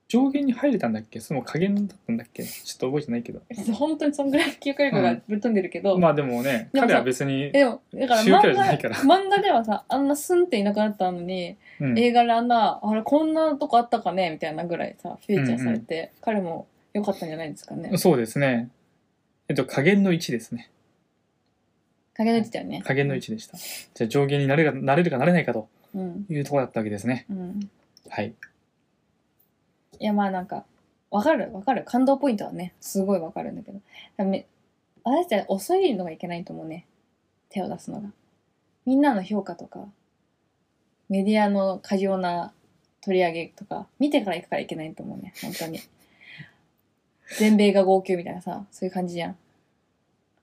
上限に入れたんだっけその加減だったんだっけちょっと覚えてないけど。
本当にそんぐらい記憶力がぶっ飛んでるけど、
まあでもね、
でも
彼
さ
は別に、
でもだから
主要キャラ
漫
じゃな
画
いから
漫画ではさあんなスンっていなくなったのに、
うん、
映画であんなあれこんなとこあったかねみたいなぐらいさフィーチャーされて、彼も良かったんじゃないですかね
そうですね。えっと、加減の1ですね。
加減の位置だよね
加減の1でした。じゃあ上限になれるかなれるかなれないかと
うん
いうところだったわけですね。
うん
はい。
いやまあなんかわかるわかる感動ポイントはねすごいわかるんだけどだめ私たち遅いのがいけないと思うね手を出すのがみんなの評価とかメディアの過剰な取り上げとか見てから行くからいけないと思うね本当に全米が号泣みたいなさそういう感じじゃん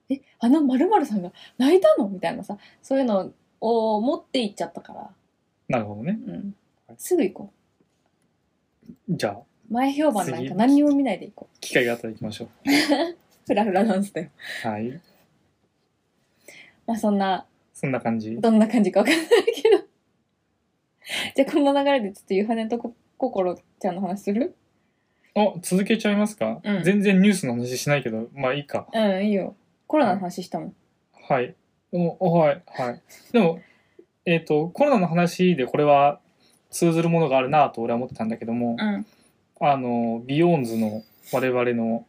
えあのまるさんが泣いたのみたいなさそういうのを持って行っちゃったから
なるほどね。
うんすぐ行こ
じゃあ、
う前評判なんか何にも見ないで行こう
機会があったら行きましょ
フラフラダンスだよ。
う。はい。
まあそんな、
そんな感じ。
どんな感じかわかんないけど。じゃあこの流れでちょっとゆはねとこ心ちゃんの話する
お、続けちゃいますか、
うん
全然ニュースの話しないけど、まあいいか。
うん、いいよ。コロナの話したもん。
はい。おはい、はい。でも、えっ、と、コロナの話でこれは通ずるものがあるなと俺は思ってたんだけども、
うん。
あの、ビヨーンズの我々の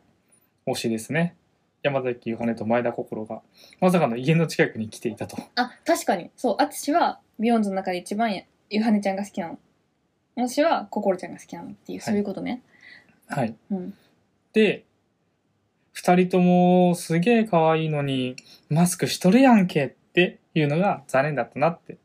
推しですね。山崎ゆはねと前田心が、まさかの家の近くに来ていたと。
あ、確かに。そう、あつしは、ビヨンズの中で一番ゆはねちゃんが好きなの。私は、心ちゃんが好きなのってい
はい
う、そういうことね。
はい。
うん。
で、二人ともすげえ可愛いのに、マスクしとるやんけっていうのが残念だったなって、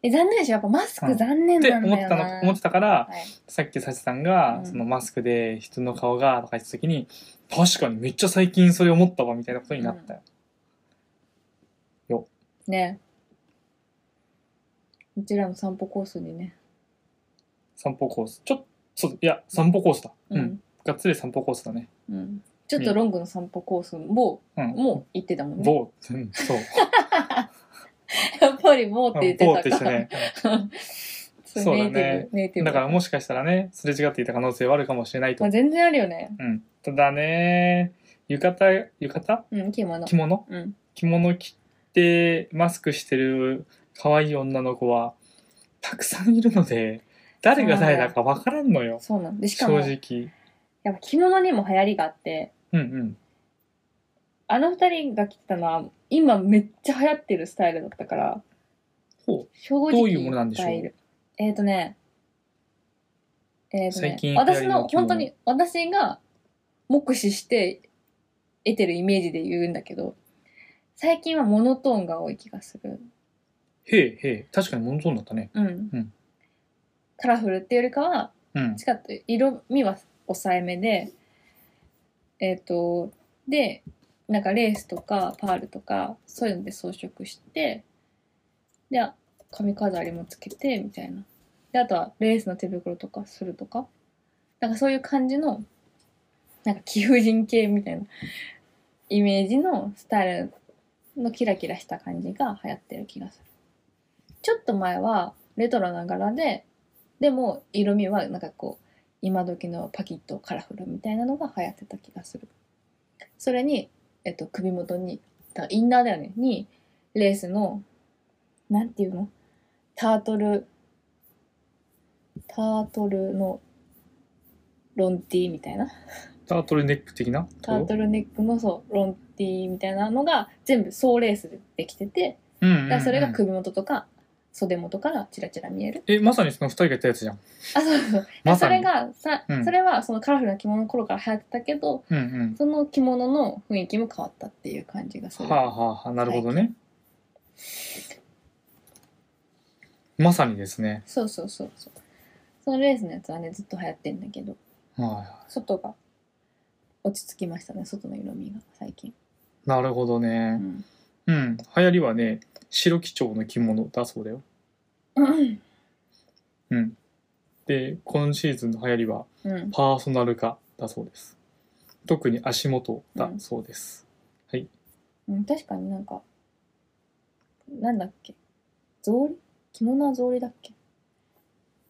え、残念でしょやっぱマス
う
ク
ん
残念
って
なん
思
だ
っ
よ
て
な。
たの、思ってたから、
はい。
さっきサチさんが、
うん
そのマスクで人の顔がとか言った時に、確かにめっちゃ最近それ思ったわみたいなことになったよ。
ねうちらの散歩コースにね。
散歩コース。ちょっと、そう、いや、散歩コースだ。うん。
うん
がっつり散歩コースだね。
うんちょっとロングの散歩コースも、
うん。
もう行ってたもんね。
某、うん、
<laughs>
そう。
やっぱりもうって言ってた
某
か
ってして
<laughs>
ね。
そう
そう
ネ
だ
イ
ね
ティブ、ネイテ
うん
ィブ。
だからもしかしたらね、すれ違っていた可能性はあるかもしれないと
まあ、。全然あるよね。
うん。ただね、浴衣、浴衣
うん、着物
着。物
うん。
着物着てマスクしてる可愛い女の子はたくさんいるので誰が誰だか分からんのよ
そうなんで、し
正
かも、やっ
直
ぱ着物にも流行りがあって、
うん
あの二人が着てたのは、今めっちゃ流行ってるスタイルだったから、
ほう
正直
どういうものなんでしょう
いっぱいいるえっ、ー、とね、えっ、ー、と
最近
ね、
流行りの
私
着物
の、本当に、私が目視して得てるイメージで言うんだけど、最近はモノトーンが多い気がする。
へえへえ確かにモノトーンだったね
うん。
うん
カラフルっていうよりかは、
うん
しかも色味は抑えめでえっ、と、で、なんかレースとかパールとか、そういうので装飾して、で、髪飾りもつけて、みたいな。で、あとはレースの手袋とかするとか。なんかそういう感じの、なんか貴婦人系みたいなイメージのスタイルのキラキラした感じが流行ってる気がする。ちょっと前はレトロな柄で、でも色味はなんかこう、今時のパキッとカラフルみたいなのが流行ってた気がするそれに、えっと、首元にだからインナーだよねにレースのなんていうのタートルタートルのロンティーみたいな
タートルネック的な
タートルネックのそうロンティーみたいなのが全部総レースでできてて
うんうんうん
だからそれが首元とか袖元からチラチラ見える
えまさにその二人が言ったやつじゃん
あそうそう
ま
そ
さ
れ
に
がさ、
うん
それはそのカラフルな着物の頃から流行ってたけど
うんうん
その着物の雰囲気も変わったっていう感じがする。
はあはあはあなるほどね、まさにですね
そうそうそうそう。そのレースのやつはね、ずっと流行ってんだけど、
は
外が落ち着きましたね、外の色味が最近。
いなるほど
う
ね
ん。
うん、流行りはね白基調の着物だそうだよ
うん。
うんで今シーズンの流行りは
うん
パーソナル化だそうです特に足元だそうです、
うん、確かになんか、なんだっけ、草履着物は草履だっけ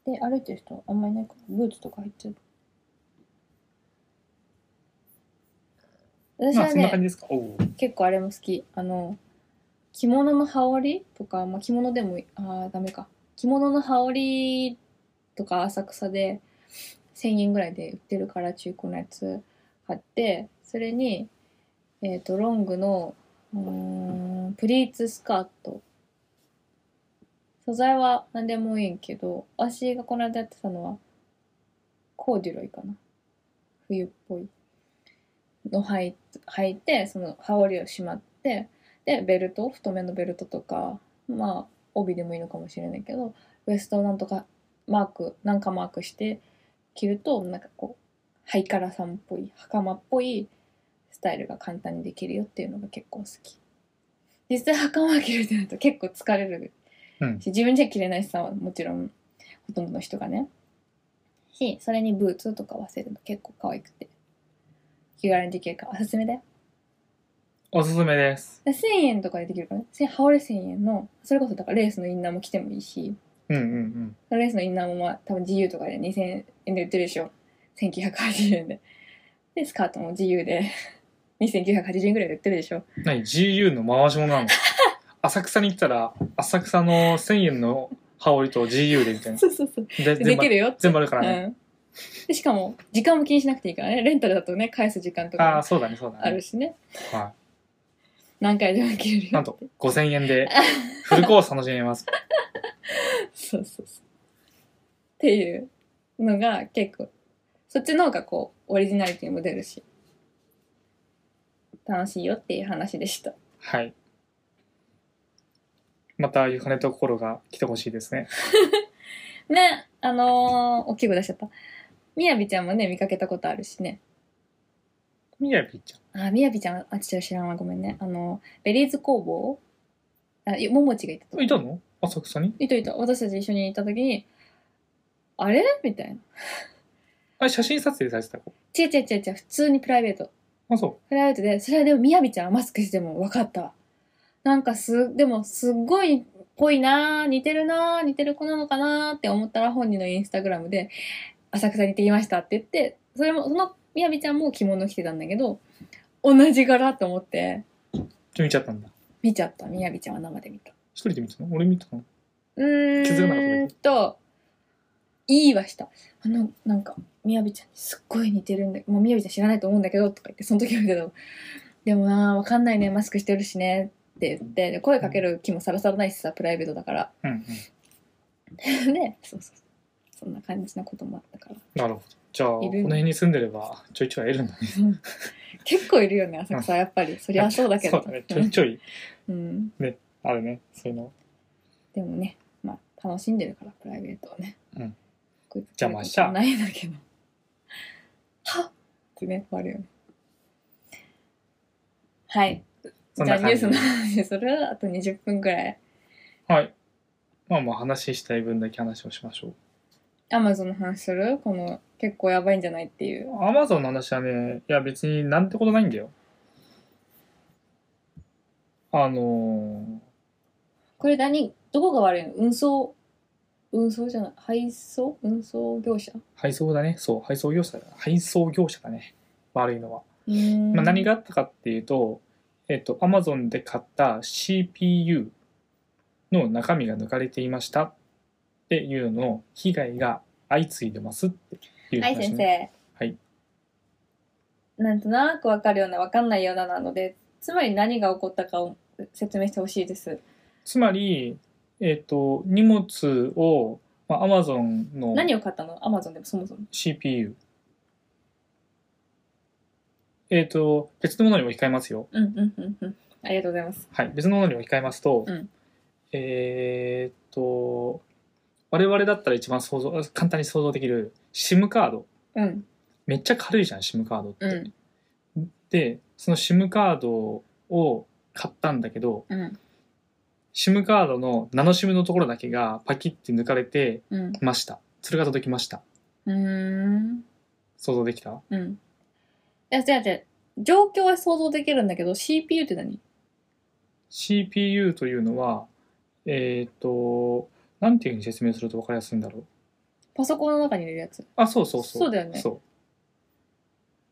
で、歩いてる人あんまりいないから、ブーツとか入ってる。私
まあ
は
そんな
ね
感、じですかおう
結構あれも好きあの着物の羽織とか、まあ、着物でもいあーダメか着物の羽織とか浅草で1,000円ぐらいで売ってるから中古のやつ買ってそれに、えー、とロングのうーんプリーツスカート素材は何でもいいんけど私がこの間やってたのはコーデュロイかな冬っぽいの履い履いてその羽織をしまってでベルト太めのベルトとかまあ帯でもいいのかもしれないけどウエストをなんとかマークなんかマークして着るとなんかこうハイカラさんっぽい袴っぽいスタイルが簡単にできるよっていうのが結構好き実際袴着るってなると結構疲れる
うん
し自分じゃ着れないしさもちろんほとんどの人がねしそれにブーツとか合わせるの結構可愛くて気軽にできるからおすすめだよ
おすすめです
1000円とかでできるからね1000羽織1000円のそれこそだからレースのインナーも着てもいいし
うんうんうん
レースのインナーもまあ多分 GU とかで2000円で売ってるでしょ1980円ででスカートも GU で <laughs> 2980円ぐらいで売ってるでしょ
何 GU の回し物
<laughs>
なの浅草に来たら浅草の1000円の羽織と GU でみたいな
そうそうそう
で
で
全部
きるよって
全部あるからね、
うんでしかも時間も気にしなくていいからねレンタルだとね返す時間と
ああ
か
そうだねそうだね
あるしね
は
何回でも着れるよ
い、なんと5000円でフルコース楽しめます
そうそうそう。っていうのが結構、そっちの方がこう、オリジナリティも出るし、楽しいよっていう話でした。
はいまたゆかねと心が来てほしいですね
ね、あのー、大きい声出しちゃった。みやびちゃんもね、見かけたことあるしね。
みやびちゃん
あ、みやびちゃん、あ、ちょっと知らんわ、ごめんね。あの、ベリーズ工房あ、いももちがいたと。
いたの浅草に
いたいた。私たち一緒に行った時に、あれみたいな。
あれ写真撮影されてた子
違う違う違う違う、普通にプライベート。
あそ
プライベートで、それはでも、みやびちゃんはマスクしても分かったわ。なんかす、でも、すっごい、ぽいなぁ、似てるなぁ、似てる子なのかなぁって思ったら、本人のインスタグラムで、浅草に行ってきましたって言って、それも、その、みやびちゃんも着物着てたんだけど、同じ柄と思って、
う見ちゃったんだ
見ちゃった。みやびちゃんは生で見た。
一人で見たの俺見たの
う
気づかなかった
ーん
ね
と、いいはした。あの、なんか、みやびちゃんにすっごい似てるんだまあ、みやびちゃん知らないと思うんだけど、とか言って、その時は言うけど、でもなあ、わかんないね、マスクしてるしね、って言って、で声かける気もさらさらないしさ、プライベートだから。 <laughs>
うんうん
で、そうそうそう。そんな感じなこともあっ
<laughs>
たから。
なるほどじゃあこ
い
の
る
辺に住んでればちょいちょい会えるんだね
結構いるよね、浅草、やっぱり。そりゃそうだけ
そう
ど
だ。ねちょいちょい
うん。
あるねそういうの
でもね、まあ、楽しんでるから、プライベートをね。
うん
こういうこと。 <laughs>
邪魔しちゃう
ないんだけど。はっってね、終わるよね。はい。
そん
じゃあ
な
ニュ
感
ー
じ
スの話、それはあと20分くらい。
はい。まあまあ話したい分だけ話をしましょう。
アマゾンの話するこの、結構やばいんじゃないっていう。
アマゾンの話はね、いや別になんてことないんだよ。あの
これ何、どこが悪いの運送、運送じゃない、配送運送業者
ー配送だね。そう、配送業者だ。配送業者だね。悪いのは。
うーん
まあ、何があったかっていうと、えっと、Amazon で買った CPU の中身が抜かれていましたっていうのの被害が相次いでますっていう
はい、
話、ね。
先生。
はい。
なんとなくわかるような、わかんないようななので、つまり何が起こったかを説明してほしいです。
つまり、えっと、荷物を、まあ、Amazon の
何を買ったのアマゾンでもそもそも。
CPU。えっと、別のものにも控えますよ。
うんうんうんうん。ありがとうございます。
はい、別のものに置き換えますと、
うん
えーっと我々だったら一番想像簡単に想像できる SIM カード
うん。
めっちゃ軽いじゃん SIM カードって。
うん
でその SIM カードを買ったんだけど
うん。
SIM カードのナノ SIM のところだけがパキッて抜かれて
うん。
ましたそれが届きました
うーん。
想像できた
うん。いや、違う違う。状況は想像できるんだけど、CPU って何
CPU というのはえーっとなんていうふうに説明すると分かりやすいんだろう
パソコンの中に入れるやつ。
あそうそうそう
そうだよね
そう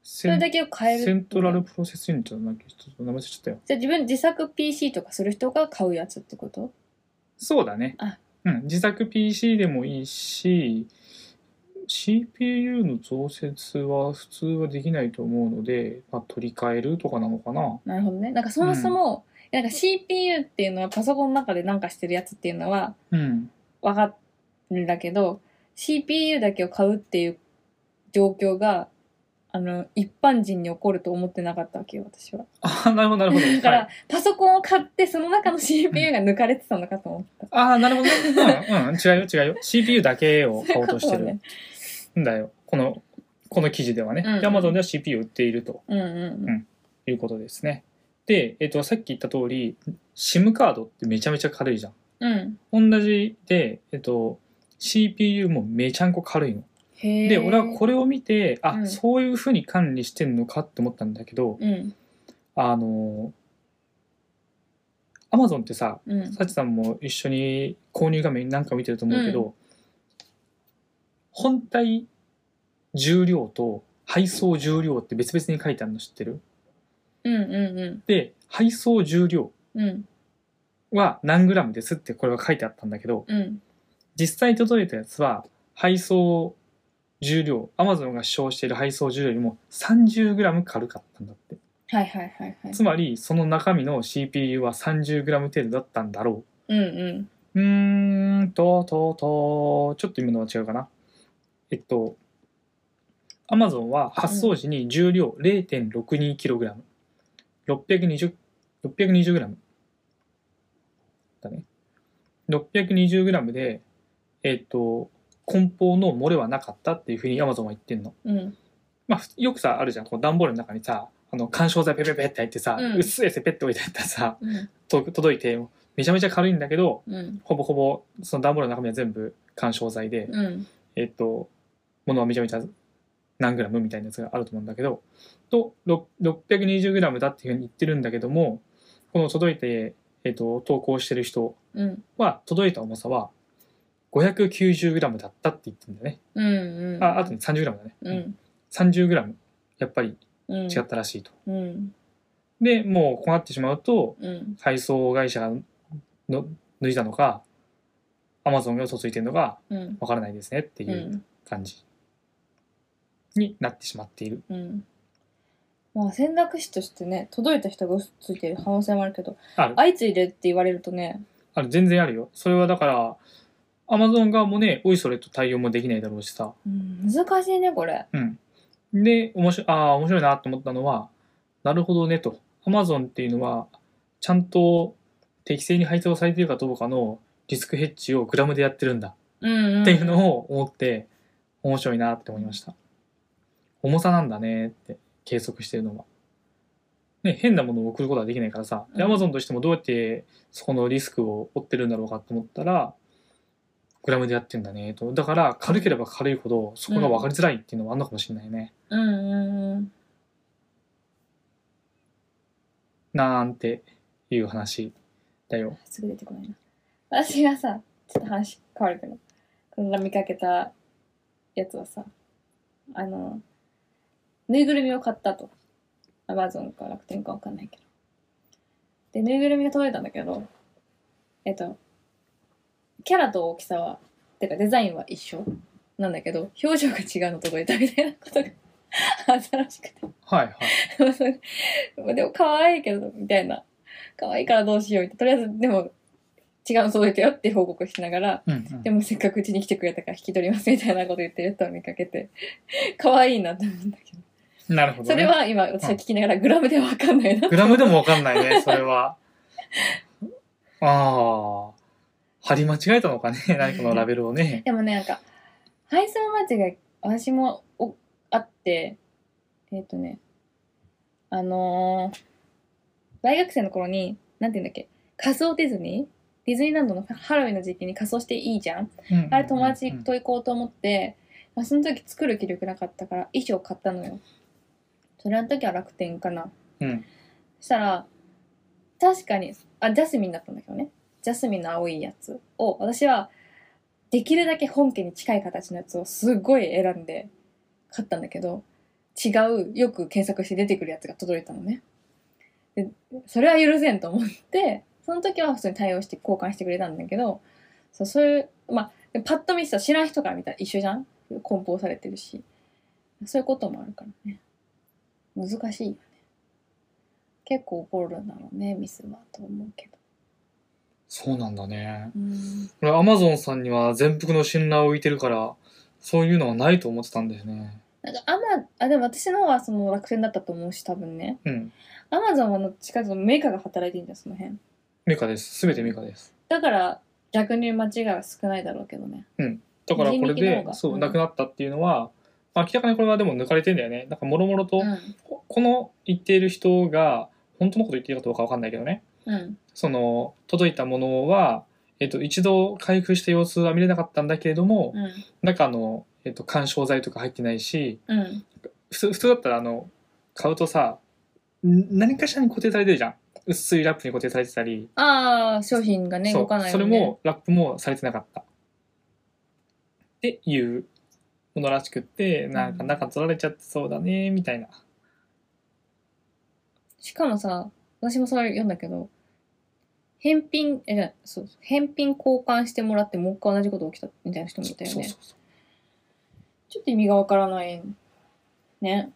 それだけを変える。
セントラルプロセスユニットだなんかちょっと名前忘れちゃったよ。
じゃあ自分自作 PC とかする人が買うやつってこと
そうだね
あ。
うん、自作 PC でもいいし、CPU の増設は普通はできないと思うので、まあ、取り替えるとかなのかな。
なるほどね。なんかそもそも、なんか CPU っていうのはパソコンの中でなんかしてるやつっていうのは
うん。
分かるんだけど、CPU だけを買うっていう状況が、あの、一般人に起こると思ってなかったわけよ、私は。
<laughs> あなるほど、なるほど。
だから、
はい、
パソコンを買って、その中の CPU が抜かれてたのかと思った。
ああ、なるほどね。うん、うん、違うよ、違うよ。CPU だけを買おうと <laughs> して
そういう
るんだよ。この、この記事ではね。
うん
で Amazon では CPU を売っていると
うんうん
いうことですね。で、えっと、さっき言った通り、SIM カードってめちゃめちゃ軽いじゃん。
うん。うん。
同じで、えっと、CPU もめちゃんこ軽いの。
へえ。
で俺はこれを見てあ、
うん
そういうふうに管理してんのかって思ったんだけど
うん。
あのアマゾンってさ
うん。
サチさんも一緒に購入画面なんか見てると思うけど、本体重量と配送重量って別々に書いてあるの知ってる
うんう
で配送重量
んうん。うん。
は何グラムですってこれは書いてあったんだけど
うん。
実際届いたやつは配送重量 Amazon が主張している配送重量よりも 30g 軽かったんだって
はいはいはいはい。
つまりその中身の CPU は 30g 程度だったんだろ
うんうん。
ううーんとととちょっと今のは違うかなえっと Amazon は発送時に重量 0.62kg620g 620g だね 620g でえっと梱包の漏れはなかったっていうふうに Amazon は言ってんの
うん。
まあ、ふよくさあるじゃんこう段ボールの中にさあの緩衝材ペペペって入ってさ、
う
うんっすいやつペッて置いてあったらさ
うん。
と届いてめちゃめちゃ軽いんだけど
うん。
ほぼほぼその段ボールの中身は全部緩衝材で、
うん。
えっと物はめちゃめちゃ何グラムみたいなやつがあると思うんだけどとろ620グラムだっていうふうに言ってるんだけどもこの届いて、えっと投稿してる人
うん。
は届いた重さは590グラムだったって言ってるんだよね、
うんうん。
ああとね30グラムだね、
うん。
30グラムやっぱり
うん。
違ったらしいと。
うん。
でもうこうなってしまうと
うん。
配送会社がの抜いたのかアマゾンが嘘ついてるのか
うん。。
わからないですねっていううん感じになってしまっている。
うん。まあ選択肢としてね、届いた人が嘘ついてる可能性もあるけど、
ある
相次いでって言われるとね、
ある全然あるよ。それはだからアマゾン側もねおいそれと対応もできないだろうしさ。
うん、難しいね、これ。
うん、で面白いあー面白いなと思ったのはなるほどねとアマゾンっていうのはちゃんと適正に配送されてるかどうかのリスクヘッジをグラムでやってるんだ
うん、うん。
っていうのを思って面白いなって思いました重さなんだねって計測してるのはね、変なものを送ることはできないからさ、で
うん
Amazon としてもどうやってそこのリスクを負ってるんだろうかと思ったら、グラムでやってんだねと。だから、軽ければ軽いほど、そこが分かりづらいっていうのもあんのかもしれないね。
うんうんうん。
なんていう話だよ。
すぐ出てこないな。私がさ、ちょっと話変わるけど、この間見かけたやつはさ、あの、ぬいぐるみを買ったと。アマゾンか楽天かわかんないけど。で、ぬいぐるみが届いたんだけど、えっと、キャラと大きさは、てかデザインは一緒なんだけど、表情が違うの届いたみたいなことが <laughs> 新しくて。
はいはい。
<laughs> でも可愛いけど、みたいな。可愛いからどうしようみたいな。とりあえず、でも、違うの届いたよって報告しながら、
うん、うん
でもせっかくうちに来てくれたから引き取りますみたいなこと言ってる人を見かけて、可愛いなって思うんだけど。
なるほど、ね。
それは今、私は聞きながらグラムではわかんないな。
グラムでもわかんないね、それは。 <laughs> ああ。貼り間違えたのか <laughs> ね、何かのラベルをね。
でもね、なんか、配送間違い、私もおあって、えっ、とね、あのー大学生の頃に、なんて言うんだっけ、仮想ディズニーディズニーランドのハロウィンの時期に仮装していいじゃん
うんうんうんうん
あれ友達と行こうと思って、まあその時作る気力なかったから衣装買ったのよそれの時は楽天かな
うん。
そしたら確かにあジャスミンだったんだけどねジャスミンの青いやつを私はできるだけ本家に近い形のやつをすごい選んで買ったんだけど違うよく検索して出てくるやつが届いたのねでそれは許せんと思ってその時は普通に対応して交換してくれたんだけどそうそういうまあでパッと見さ知らん人から見たら一緒じゃん梱包されてるしそういうこともあるからね難しいよね結構怒るんだろうねミスはと思うけど
そうなんだね。
うん
これアマゾンさんには全幅の信頼を置いてるから、そういうのはないと思ってたんだよね。
なんかアマあでも私のはその楽天だったと思うし多分ね
うん。
アマゾンの近くのメーカーが働いてんじゃんその辺
メカです。すべてメカです。
だから逆に間違いは少ないだろうけどね
だからこれ
人力の
で
方、が
そうう、
ん
なくなったっていうのは、まあ明らかにこれはでも抜かれてんだよね。なんかもろもろと、
うん
ここの言っている人が、本当のこと言っているかどうかわかんないけどね。
うん
その届いたものは、えっと一度回復した様子は見れなかったんだけれども、
うん
中の、えっと緩衝材とか入ってないし
うん
普通普通だったらあの買うとさん何かしらに固定されてるじゃん薄いラップに固定されてたり、
ああ商品がね
そう
動かない
そ
よ
れ
ね
もラップもされてなかったっていうものらしくってなんか
うん
中取られちゃってそうだねみたいな、
しかもさ、私もそれ読んだけど、返品、え、じゃそう、返品交換してもらって、もう一回同じこと起きたみたいな人もいたよ
そう
ね
そ。うそう
ちょっと意味がわからない。ね。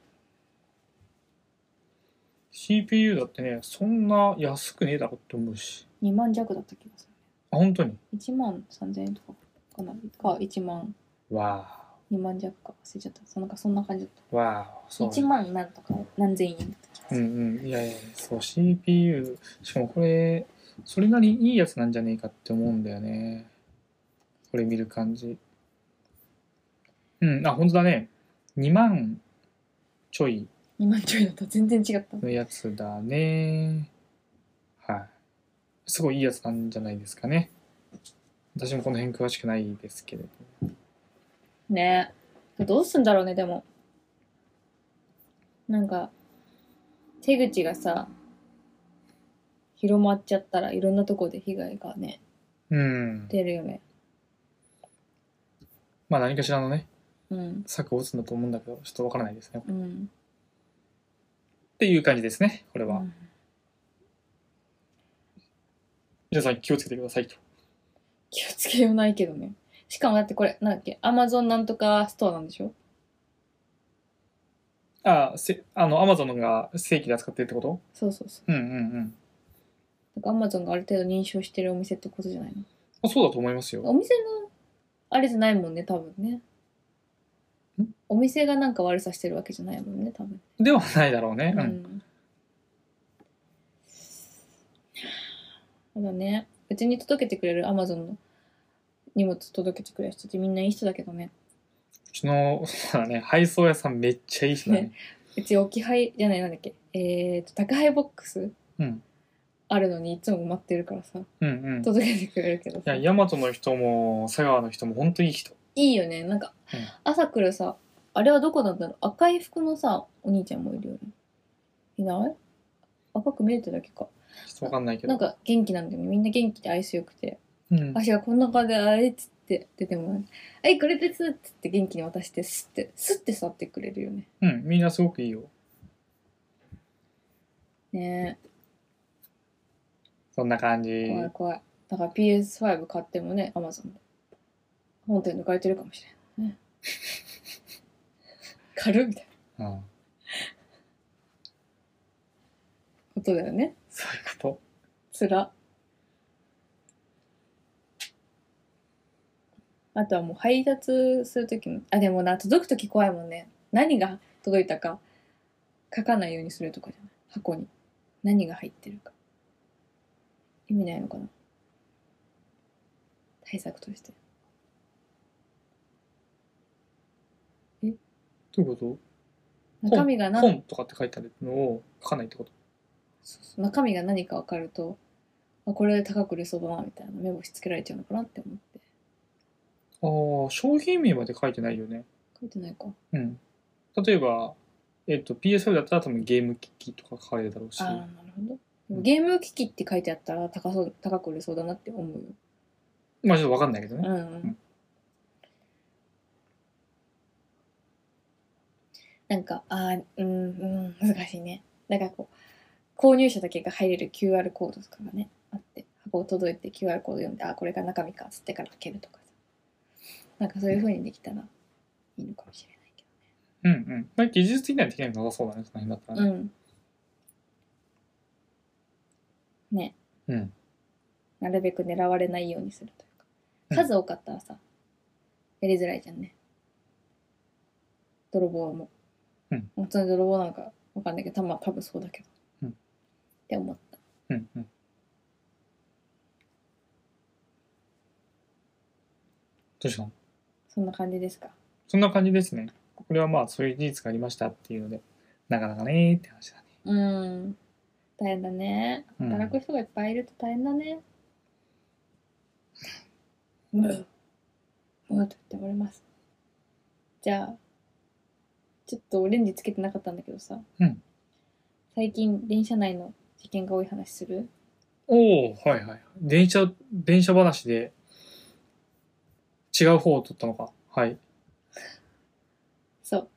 CPU だってねそんな安くねえだろって思うし
2万弱だった気がす
あ本当に
る。1万3000円とかかなか、1万、
わあ
2万弱か忘れちゃった。そうなんかそんな感じだっ
わあ、
た。
そう。
1万なんとか何千円だった気がす
う
る。
んうん。いやいや、そう、CPU、しかもこれ、それなりにいいやつなんじゃねえかって思うんだよね。これ見る感じ。うん、あ、本当だね。2万ちょい
2万ちょいだった。全然違った。
のやつだね。はい。すごいいいやつなんじゃないですかね。私もこの辺詳しくないですけれど。
ねどうすんだろうねでもなんか手口がさ広まっちゃったらいろんなとこで被害がね
うん。
出るよね
まあ何かしらのね、
うん
策を打つんだと思うんだけど、ちょっとわからないですね。
うん
っていう感じですね、これは。
うん
皆さん気をつけてくださいと。
気をつけようないけどねしかもだってこれなんだっけアマゾンなんとかストアなんでしょ
あ、せあの、アマゾンが正規で扱ってるってこと
そうそうそう
うんうんうん
だからアマゾンがある程度認証してるお店ってことじゃないの
あ。そうだと思いますよ。
お店のあれじゃないもんね多分ねお店がなんか悪さしてるわけじゃないもんね多分
ではないだろうね。うん。
うん。だね。うちに届けてくれる Amazon の荷物届けてくれる人ってみんないい人だけどね。
うちの、そうだね、配送屋さんめっちゃいい人だね。
うち置き配じゃないなんだっけえー、と宅配ボックス、
うん
あるのにいつも埋まってるからさ
うんうん。い
届けてくれるけどさ
や、大和の人も、佐川の人も、本当いい人。
いいよねなんか、
うん
朝来るさあれはどこなんだろう赤い服のさお兄ちゃんもいるよねいない赤く見えてるだけか
ちょっとわかんないけど。
なんか元気なんだよねみんな元気で愛想よくて
うん。
足がこんな感じであれっつって出てもらう「はいこれです」っつって元気に渡してスッてスッて去ってくれるよね
うん、みんなすごくいいよ。
ね
そんな感じ。
え怖い怖いだから PS5 買ってもね Amazon で本店で買えてるかもしれないね <laughs> 軽っみたいな
うん。
ことだよね
そういうこと。
つらあとはもう配達する時もあでもな届く時怖いもんね何が届いたか書かないようにするとかじゃない箱に何が入ってるか意味ないのかな対策として
どういうこと
中身が何
本とかって書いてあるのを書かないってこと
そうそう中身が何か分かるとあこれ高く売れそうだなみたいな目星つけられちゃうのかなって思って
ああ商品名まで書いてないよね
書いてないか
うん例えば、えっと PS5 だったら多分ゲーム機器とか書かれるだろうし
ああなるほどでもゲーム機器って書いてあったら高そう高く売れそうだなって思うよ
まあちょっと分かんないけど
う
ね、
ん、
ん
なんかあーうんうん難しいねだからこう購入者だけが入れる QR コードとかがねあって箱届いて QR コード読んであこれが中身かっつってから開けるとかさなんかそういう風にできたらいいのかもしれないけ
うん、うんまあ技術的にはできないのなさそうだねその辺だったら
ど
ね、
うんね
うん
なるべく狙われないようにするという
う
か
ん
数多かったらさ、やりづらいじゃんね泥棒も、
うん、
本当に泥棒なんかわかんないけどたま多分そうだけど、
うん
って思った
うんうんどうしたの
そんな感じですか
そんな感じですねこれはまあそういう事実がありましたっていうのでなかなかねーって話だね
うん大変だね
うん
働く人がいっぱいいると大変だねうんうんと言っておりますじゃあちょっとオレンジつけてなかったんだけどさ、
うん
最近電車内の事件が多い話する
おおはいはい電車電車話で違う方を取ったのかはい
そう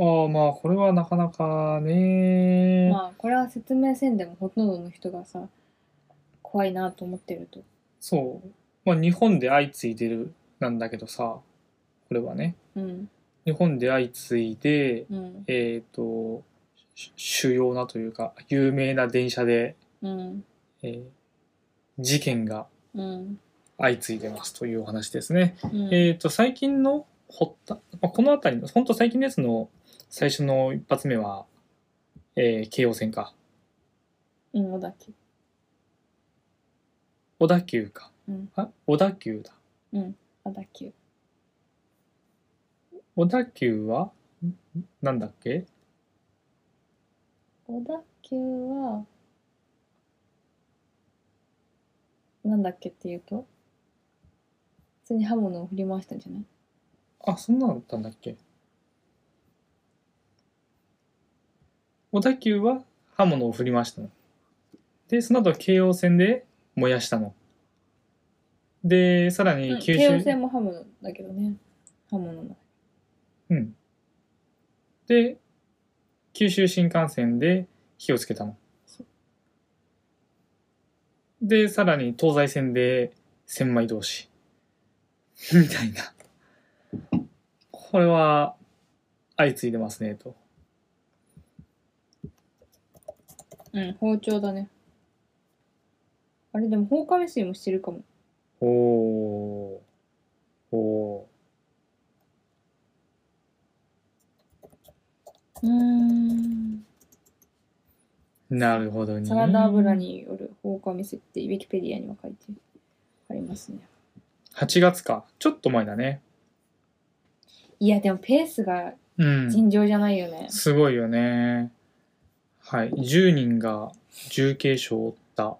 ああまあこれはなかなかね、
まあこれは説明せんでもほとんどの人がさ怖いなと思ってると
そうまあ日本で相次いでるなんだけどさこれはね
うん
日本で相次いで
うん
えっ、とし主要なというか有名な電車で、
うん
えー事件が
うん
相次いでますというお話ですね
うん
えー、と最近の発端、まあ、この辺りの本当最近のやつの最初の一発目は、えー京王線か
うん小田急
小田急か、
うん
あ小田急だ
小田急
小田急はんなんだっけ
小田急はなんだっけっていうと普通に刃物を振り回したんじゃない
あそんなのだったんだっけ小田急は刃物を振りましたのでその後京王線で燃やしたのでさら
うん
に九州、
京王線も刃物だけどね刃物の
うん。で、九州新幹線で火をつけたの
そ。
で、さらに東西線で千枚同士。 <laughs> みたいな。これは、相次いでますね、と。
うん包丁だねあれでも放火未遂もしてるかも
おー。お
うー
ー。
ん
なるほどね。
サラダ油による放火未遂ってウィキペディアには書いてありますね
8月か。ちょっと前だね。
いやでもペースが
うん。
尋常じゃないよね。
すごいよね。はい。10人が重軽傷を負った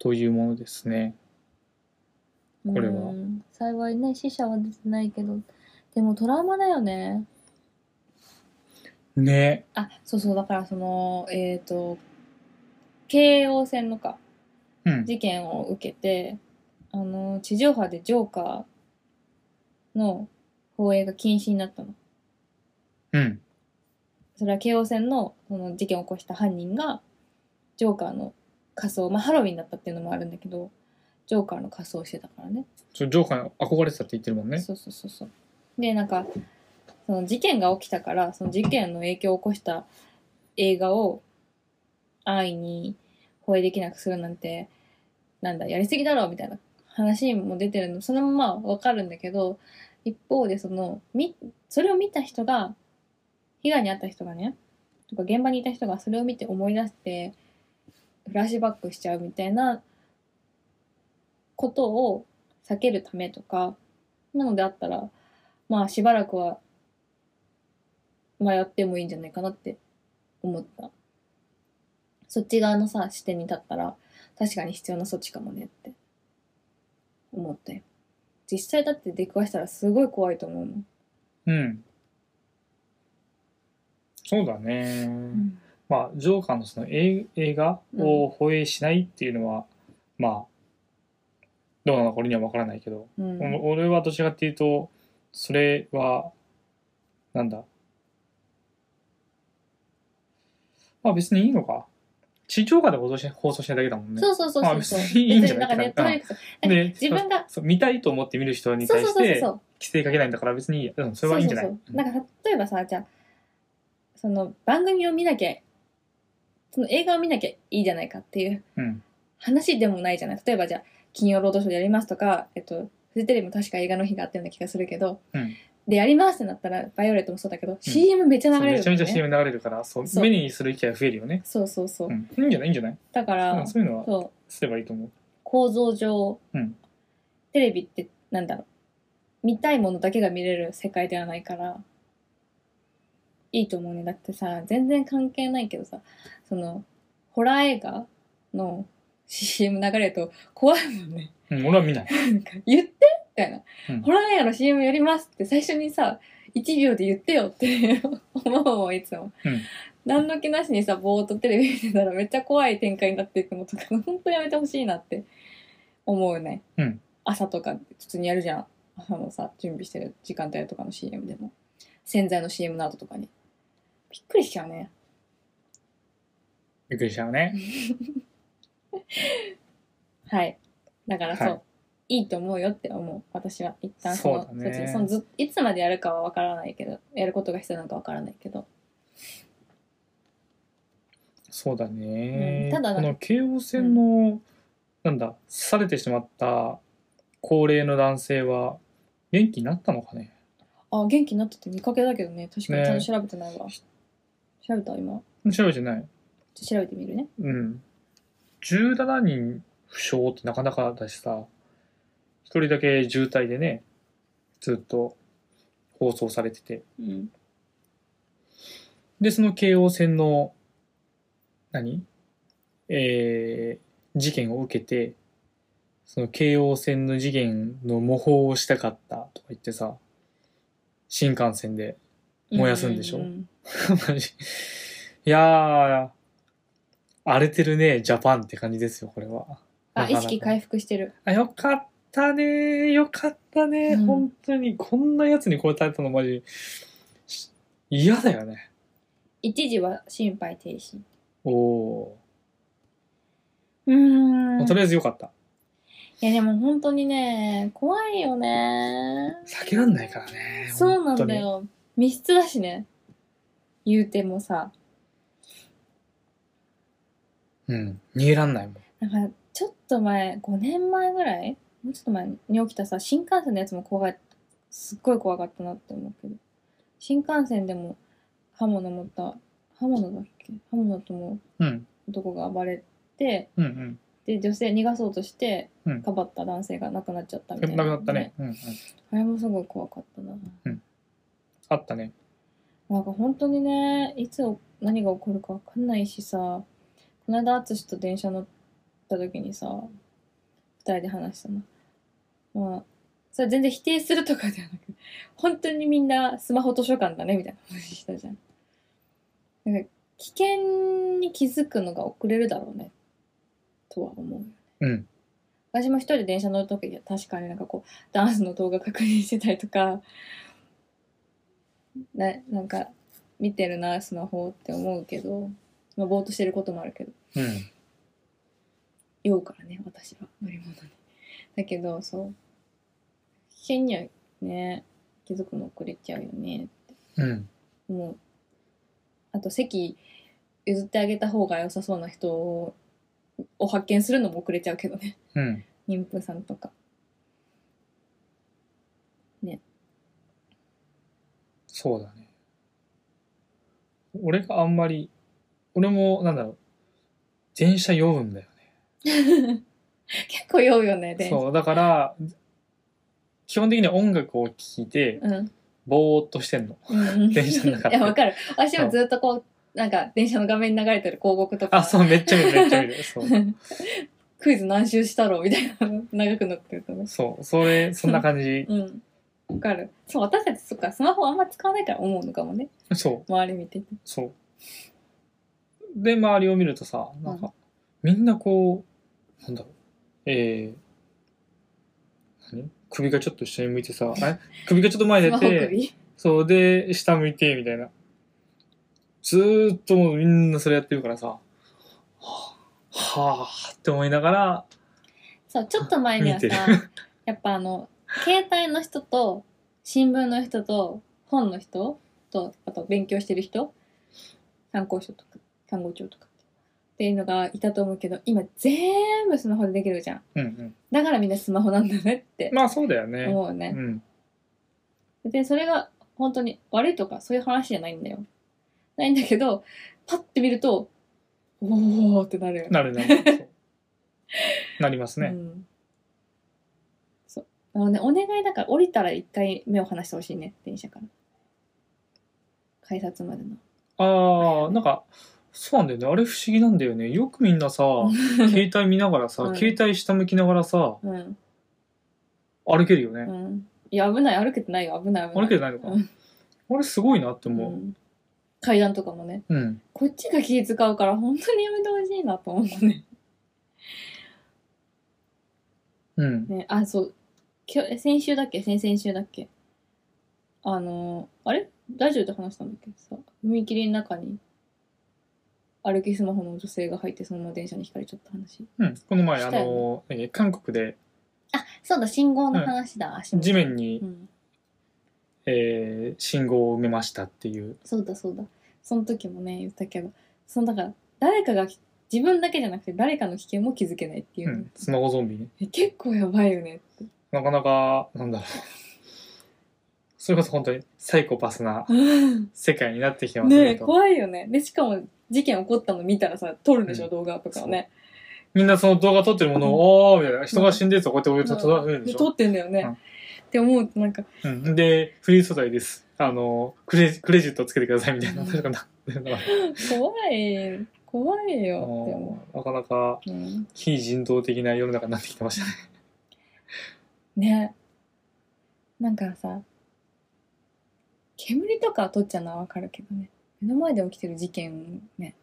というものですね。これは
うん幸いね、死者は出てないけど、でもトラウマだよね。
ね。
あ、そうそう、だからその、えっ、と、京王線のか、
うん。
事件を受けて、あの、地上波でジョーカーの放映が禁止になったの。
うん。
それは京王線のその事件を起こした犯人がジョーカーの仮装、まあ、ハロウィンだったっていうのもあるんだけどジョーカーの仮装をしてたからね
そうジョーカーに憧れてたって言ってるもんね。
そうそうそうそうでなんかその事件が起きたからその事件の影響を起こした映画を安易に放映できなくするなんてなんだやりすぎだろみたいな話も出てるのそれもまあわかるんだけど一方でそのみそれを見た人が被害に遭った人がねとか現場にいた人がそれを見て思い出してフラッシュバックしちゃうみたいなことを避けるためとかなのであったらまあしばらくはまあやってもいいんじゃないかなって思ったそっち側のさ視点に立ったら確かに必要な措置かもねって思ったよ実際だって出くわしたらすごい怖いと思うもん、
うん。そうだね。まあ、ジョーカーのその映映画を放映しないっていうのは、まあ、どうなのか俺には分からないけど、
うん
お俺はどちらかっていうと、それは、なんだ。まあ別にいいのか。地上波で放送し放送しないだけだもんね。
そうそうそう
まあ
そうそう
別にいいんじゃ
別に
な
ないんかネットフリックスなんか
で
自分が
そう見たいと思って見る人に
そう
対
そう
し
そう
て
そう
規制かけないんだから別にいいや、うん、それはいいんじゃない
そうそうそうなんか例えばさじゃあその番組を見なきゃその映画を見なきゃいいじゃないかっていう
うん
話でもないじゃない例えばじゃあ金曜ロードショーでやりますとか、えっと、フジテレビも確か映画の日があったような気がするけど、
うん
でやりますってなったらバイオレットもそうだけど、CM めっちゃ
そう
流れ
め
る
ち
も
ゃ
ん
めちゃ CM 流れるからそう
そう
目にする機会が増えるよね、
そうそうそう、
うん、いいんじゃないいいんじゃない
だか
う
ら
んそういうのは
そう
すればいいと思う
構造上、
うん
テレビってなんだろう見たいものだけが見れる世界ではないからいいと思うねだってさ全然関係ないけどさそのホラー映画の <laughs> CM 流れると怖いもんね
うん、俺は見ない。
なんか言ってみたいな、
うん
ホラー映画の CM やりますって最初にさ1秒で言ってよって思う <laughs> もんいつも、
うん
何の気なしにさぼーっとテレビ見てたらめっちゃ怖い展開になっていくのとか本当やめてほしいなって思うね、
うん
朝とか普通にやるじゃん朝のさ準備してる時間帯とかの CM でも洗剤の CM の後とかにびっくりしちゃうね
びっくりしちゃうね。
はいだからそう、
はい
いいと思うよって思う私は一旦その
そうだね
っちそのずいつまでやるかは分からないけどやることが必要なのか分からないけど
そうだね。
うんただ
この京王線の、なんだ、刺されてしまった高齢の男性は、元気になったのかね。
あ元気になったって見かけだけどね確かに
ね
ちゃんと調べてないわ、調べた今
調べてない。
ちょ調べてみるね
うん。17人負傷ってなかなかだしさ、一人だけ渋滞でね、ずっと放送されてて。
うん
で、その京王線の、何えー事件を受けて、その京王線の事件の模倣をしたかったとか言ってさ、新幹線で。 <laughs> 燃やすんでしょ
うう
いやー、荒れてるね、ジャパンって感じですよ、これは。なか
あ
な
意
か
識回復してる
あ、よかったねー。よかったねー。
うん
本当に、こんなやつにこれ耐えたのマジ、し嫌だよね。
一時は心肺停止
おお
うーん
ー。とりあえずよかった。
いやでも本当にね怖いよね
避けらんないからね。
そうなんだよ密室だしね言うてもさ
本当に。うん。逃げらんないもん。
なんかちょっと前5年前ぐらいもうちょっと前に起きたさ新幹線のやつも怖いすっごい怖かったなって思うけど新幹線でも刃物持った刃物だっけ刃物とも
うん。
男が暴れて
うんうん。
で女性逃がそうとして
うん
かばった男性が亡くなっちゃったみた
なく
いな、
なったね。うんうん。
あれもすごい怖かったな
あったね。
なんか本当にね、いつ何が起こるかわかんないしさ、この間、淳と電車乗った時にさ、二人で話したの。まあ、それ全然否定するとかではなく、本当にみんなスマホ図書館だね、みたいな話したじゃん。なんか、危険に気づくのが遅れるだろうね、とは思う。
うん。
私も一人で電車乗るときは確かになんかこうダンスの動画確認してたりとかななんか見てるなスマホって思うけど、まあ、ぼーっとしてることもあるけど
うん。
酔うからね私は乗り物にだけどそう危険にはね気づくの遅れちゃうよね
うん。
もうあと席譲ってあげた方が良さそうな人をを発見するのも遅れちゃうけどね
うん。
妊婦さんとか
そうだね。俺があんまり、俺も、なんだろう、電車酔うんだよ
結構酔うよね
ね。
電車
そう、だから、基本的には音楽を聴いて、
うん
ぼーっとしてんの。
うん
電車の中
い
で
やわかる私もずっとこうなんか電車の画面に流れてる広告とか
あ、そう、めっちゃ見る、めっちゃ見る。そう。
<laughs> クイズ何周したろうみたいなの長くなってるとね
そう、それ、そんな感
<laughs>
じ。
うんわかるそう私たちそっかスマホあんま使わないから思うのかもね
そう、
周り見てて
そう。で、周りを見るとさ、なんか、みんなこう、なんだろう、えー、何首がちょっと下に向いてさ、え首がちょっと前
ス
出
マホ
て、
首
そうで、下向いて、みたいな。ずーっともうみんなそれやってるからさ、はぁ、はぁって思いながら、
そうちょっと前にはさ
見て
<laughs> やっぱあの携帯の人と新聞の人と本の人とあと勉強してる人参考書とか看護帳とかっていうのがいたと思うけど今全部スマホでできるじゃん
うんうん。
だからみんなスマホなんだねって
まあそうだよね。
思う
う
ね
ん。
でそれが本当に悪いとかそういう話じゃないんだよないんだけどパッて見るとおーってなるよね
なるなる。そうなります
う
ね。
ん、そうあのねお願いだから降りたら一回目を離してほしいね電車から改札までの
ああ、なんか、そうなんだよね。あれ不思議なんだよね。よくみん
<laughs>
なさ、携帯見ながらさ、
うん
携帯下向きながらさ、
うん
歩けるよ
う
ね。
んいや危ない歩けてないよ危ない危ない
歩けてないのか。
うん
あれすごいなって
う
思
ん階段とかもね
う。うん。
こっちが気使うから本当にやめてほしいなと思うね
うん。
ねあそうきょ先週だっけ先々週だっけあのーあれラジオで話したんだっけさ踏切の中に歩きスマホの女性が入ってそのまま電車にひかれちゃった話
うん。この前、あ
したよ
の、えー韓国で
あそうだ信号の話だ、足元
地面に、
うん、
えー信号を埋めましたっていう。
そうだそうだその時もね言ったけどそのだから誰かがき自分だけじゃなくて誰かの危険も気づけないっていう
う
の、
ん。スマホゾンビね。
え結構やばいよねって
なかなか、なんだろう。 <laughs> それこそ本当にサイコパスな世界になってきてます
ねえ
ね。と
怖いよねでしかも事件起こったの見たらさ撮るでしょ、
うん
動画とかをね
みんなその動画撮ってるものを、おーみたいな。人が死んでるとこうやって俺と撮られるんで
で
しょ
撮ってんだよね、
うん
って思うとなんか
うん、で、フリー素材です。あの、クレジクレジットつけてくださいみたいな。
うん
確かな。
怖い怖いよって思
なかなか
う、うん
非人道的な世の中になってきてましたね。
ねなんかさ煙とか取っちゃうのはわかるけどね目の前で起きてる事件をね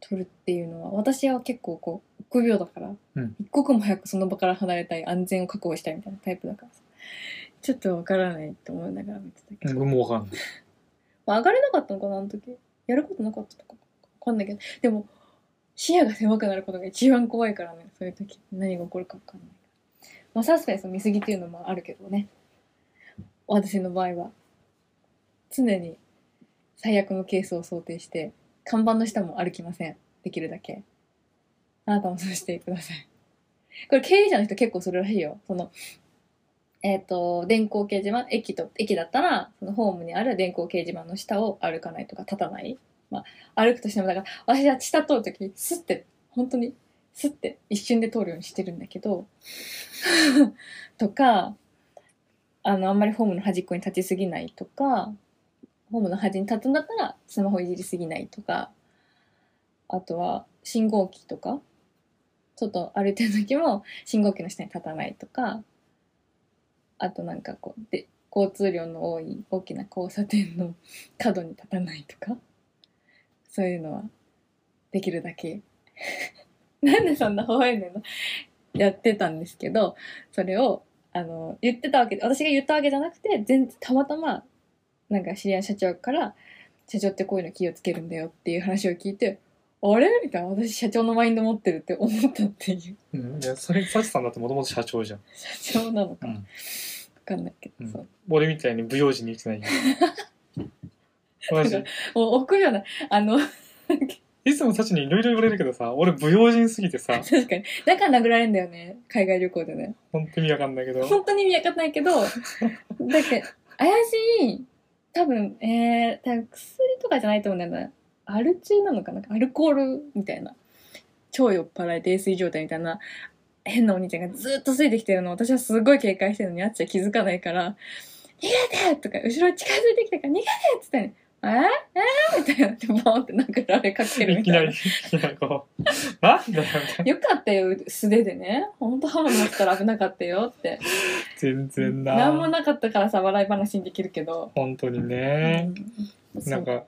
取るっていうのは私は結構こう臆病だから、
うん
一刻も早くその場から離れたい安全を確保したいみたいなタイプだからさちょっとわからないと思いながら見てたけど、
俺もわかんない。
まあ、上がれなかったのかなあの時やることなかったとかわかんないけどでも視野が狭くなることが一番怖いからねそういう時何が起こるかわかんないからまあ確かにその見過ぎっていうのもあるけどね私の場合は常に最悪のケースを想定して看板の下も歩きませんできるだけあなたもそうしてくださいこれ経営者の人結構するらしいよそのえっ、と電光掲示板駅と駅だったらそのホームにある電光掲示板の下を歩かないとか立たない、まあ、歩くとしてもだから私は下通る時にスッて本当にスッて一瞬で通るようにしてるんだけど <laughs> とかあのあんまりホームの端っこに立ちすぎないとかホームの端に立つんだったらスマホいじりすぎないとかあとは信号機とかちょっと歩いてる時も信号機の下に立たないとかあとなんかこうで交通量の多い大きな交差点の <laughs> 角に立たないとかそういうのはできるだけ <laughs> なんでそんな微笑んでんのやってたんですけどそれをあの言ってたわけで私が言ったわけじゃなくて全たまたまなんか知り合いの社長から「社長ってこういうの気をつけるんだよ」っていう話を聞いて「あれ?」みたいな私社長のマインド持ってるって思ったっていう
うん、いやそれサチさんだってもともと社長じゃん、
社長なのか
う
わ
ん
かんないけ
う
ど、
ん
そう
俺みたいに不用心に生きて
<laughs>
ないよ同じ
もう臆病なあの <laughs>
いつもサチにいろいろ言われるけどさ俺不用心すぎてさ
確かにだから殴られんだよね海外旅行でね
本当に意味わかんないけど
本当に見分かんないけど、だって、怪しい、多分、えー、多分薬とかじゃないと思うんだよな。アル中なのかなアルコールみたいな。超酔っ払い、泥酔状態みたいな。変なお兄ちゃんがずっとついてきてるの私はすごい警戒してるのにあっちは気づかないから「逃げて!」とか後ろに近づいてきたから「逃げて!」っつったのに「えー、えー、みたいなってボンって殴られかける
い
み
き
た
ないり
ない
きなりこうなんだよみたいな
よかったよ素手でね本当刃物持ってたら危なかったよって
全然な
なんもなかったからさ笑い話にできるけど、
本当にね、
うん
なんか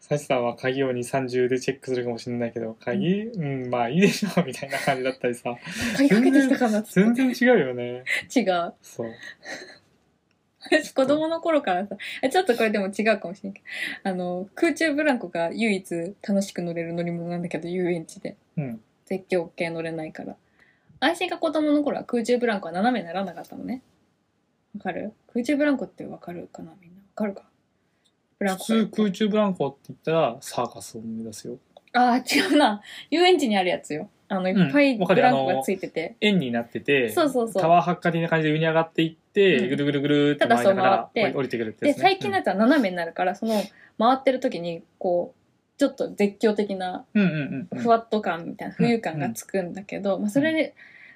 サチさんは鍵を230でチェックするかもしれないけど鍵うん、まあいいでしょうみたいな感じだったり
<laughs>
さ
そう追いかけてきたかなっつっ
全然違うよね
て違う <laughs>
そう
私子供の頃からさあちょっとこれでも違うかもしれんけどあの空中ブランコが唯一楽しく乗れる乗り物なんだけど遊園地で
うん
絶叫系乗れないから私が子供の頃は空中ブランコは斜めにならなかったのねわかる空中ブランコってわかるかなみんなわかるかブラン
普
コ
通空中ブランコって言ったらサーカスを思い出すよ
ああ違うな遊園地にあるやつよあのいっぱい
うんわ
ブ
かる
ランコ
あ
が
の
ついてて、
円になってて
そうそうそう
タワーハッカ的な感じで上に上がっていって、
うん
ぐるぐるぐるって
ただ
回りな
そう
がら
回って
降り降りてくるって
で最近のやつは斜めになるから、その回ってる時にこうちょっと絶叫的な
うんうんうんうん
ふわっと感みたいな浮遊感がつくんだけど、まあ、それで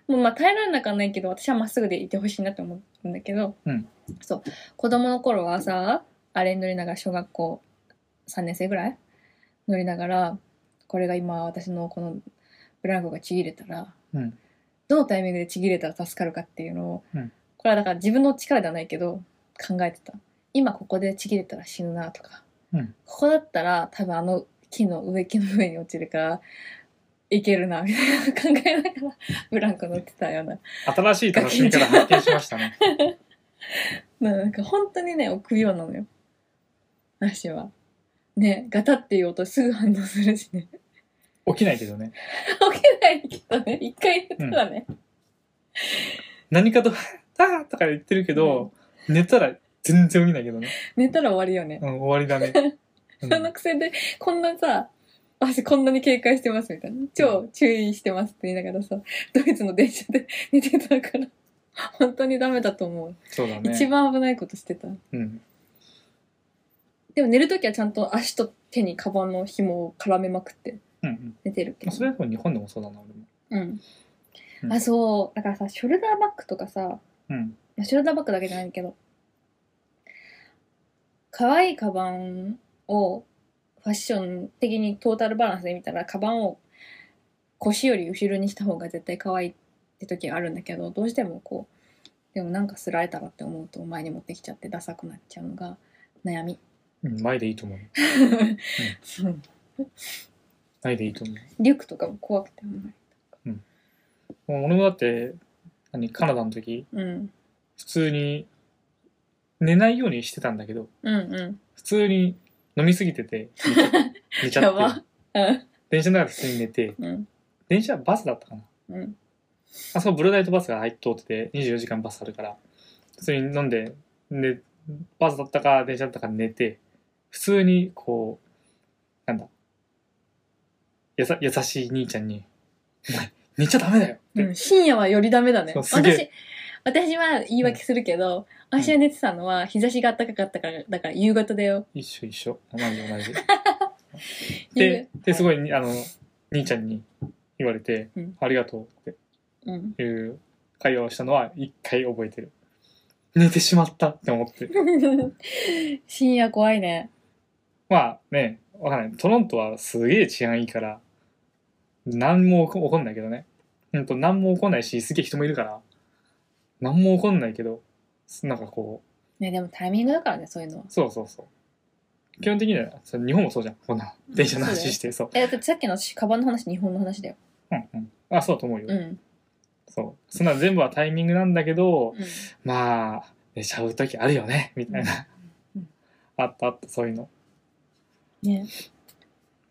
もうまあ耐えられなくはないけど私はまっすぐでいてほしいなと思うんだけど、
うん
そう子供の頃はさあれに乗りながら小学校3年生ぐらい乗りながらこれが今私のこのブランコがちぎれたら、
うん
どのタイミングでちぎれたら助かるかっていうのを、
うん
これはだから自分の力ではないけど考えてた今ここでちぎれたら死ぬなとか、
うん
ここだったら多分あの木の植木の上に落ちるからいけるなみたいな考えながらブランコ乗ってたような
新しい楽しみから発見しました
<laughs>
ね
なんか本当にね臆病なのよ私はねガタっていう音すぐ反応するしね
起きないけどね
起きないけどね一回寝たらね、
何かと <laughs> 「あーとか言ってるけど、寝たら全然起きないけどね、
寝たら終わりよね、
うん、終わりだ
<laughs>
ね、うん
そのくせでこんなさ私こんなに警戒してますみたいな超注意してますって言いながらさドイツの電車で寝てたから本当にダメだと思う、
そうだね
一番危ないことしてた
うん、
でも寝るときはちゃんと足と手にカバンの紐を絡めまくって
うんうん
寝てるけ
まあ
ど。
それはでも日本でもそうだな俺も
うん。
うん
あ、そう。だからさ、ショルダーバッグとかさ、
うん
まあショルダーバッグだけじゃないけど、可愛いカバンをファッション的にトータルバランスで見たら、カバンを腰より後ろにした方が絶対可愛いって時があるんだけど、どうしてもこう、でもなんかすられたらって思うと前に持ってきちゃってダサくなっちゃうのが悩み。
うん前でいいと思う
うん
前でいいと思う
リュックとかも怖くてあんまり。
もう俺もだって何カナダの時
うん。
普通に寝ないようにしてたんだけど
うんうん。
普通に飲みすぎてて寝ちゃ寝 <laughs> ち
や
ゃっ
ば
て。電車の中で普通に寝て
うん。
電車バスだったかな
うん。
あそこブルーライトバスが入っ通ってて24時間バスあるから普通に飲んででバスだったか電車だったか寝て普通にこうなんだやさ優しい兄ちゃんに「お前寝ちゃダメだよ」って、
うん、深夜はよりダメだね。
そうすげ
私
え、
私は言い訳するけ
う
ど、
ん
私が寝てたのは日差しが暖かかったから、だから夕方だよ。
一緒一緒同じ同じ
<laughs> 夕
でですごいにあの兄ちゃんに言われて
うん
「ありがとう」っ
うん。 <laughs>
ていう会話をしたのは一回覚えてる寝てしまったって思って。
深夜怖いね。
まあね、わからない。トロントはすげえ治安いいから、何も起こ起こんないけどね。ほんと何も起こんないし、すげえ人もいるから、何も起こんないけど、なんかこ
ね、でもタイミングだからね、そういうのは
う、。そうそうそう。基本的には、それ日本もそうじゃん。こんな電車の話して、そう。
え、だってさっきの私カバンの話、日本の話だよ。
うんうん。あ、そうだと思うよ。
うん。
そう。そんな全部はタイミングなんだけど、
うん
まあ、寝ちゃう時あるよね、みたいな。
うんうん
あったあった、そういうの。
ね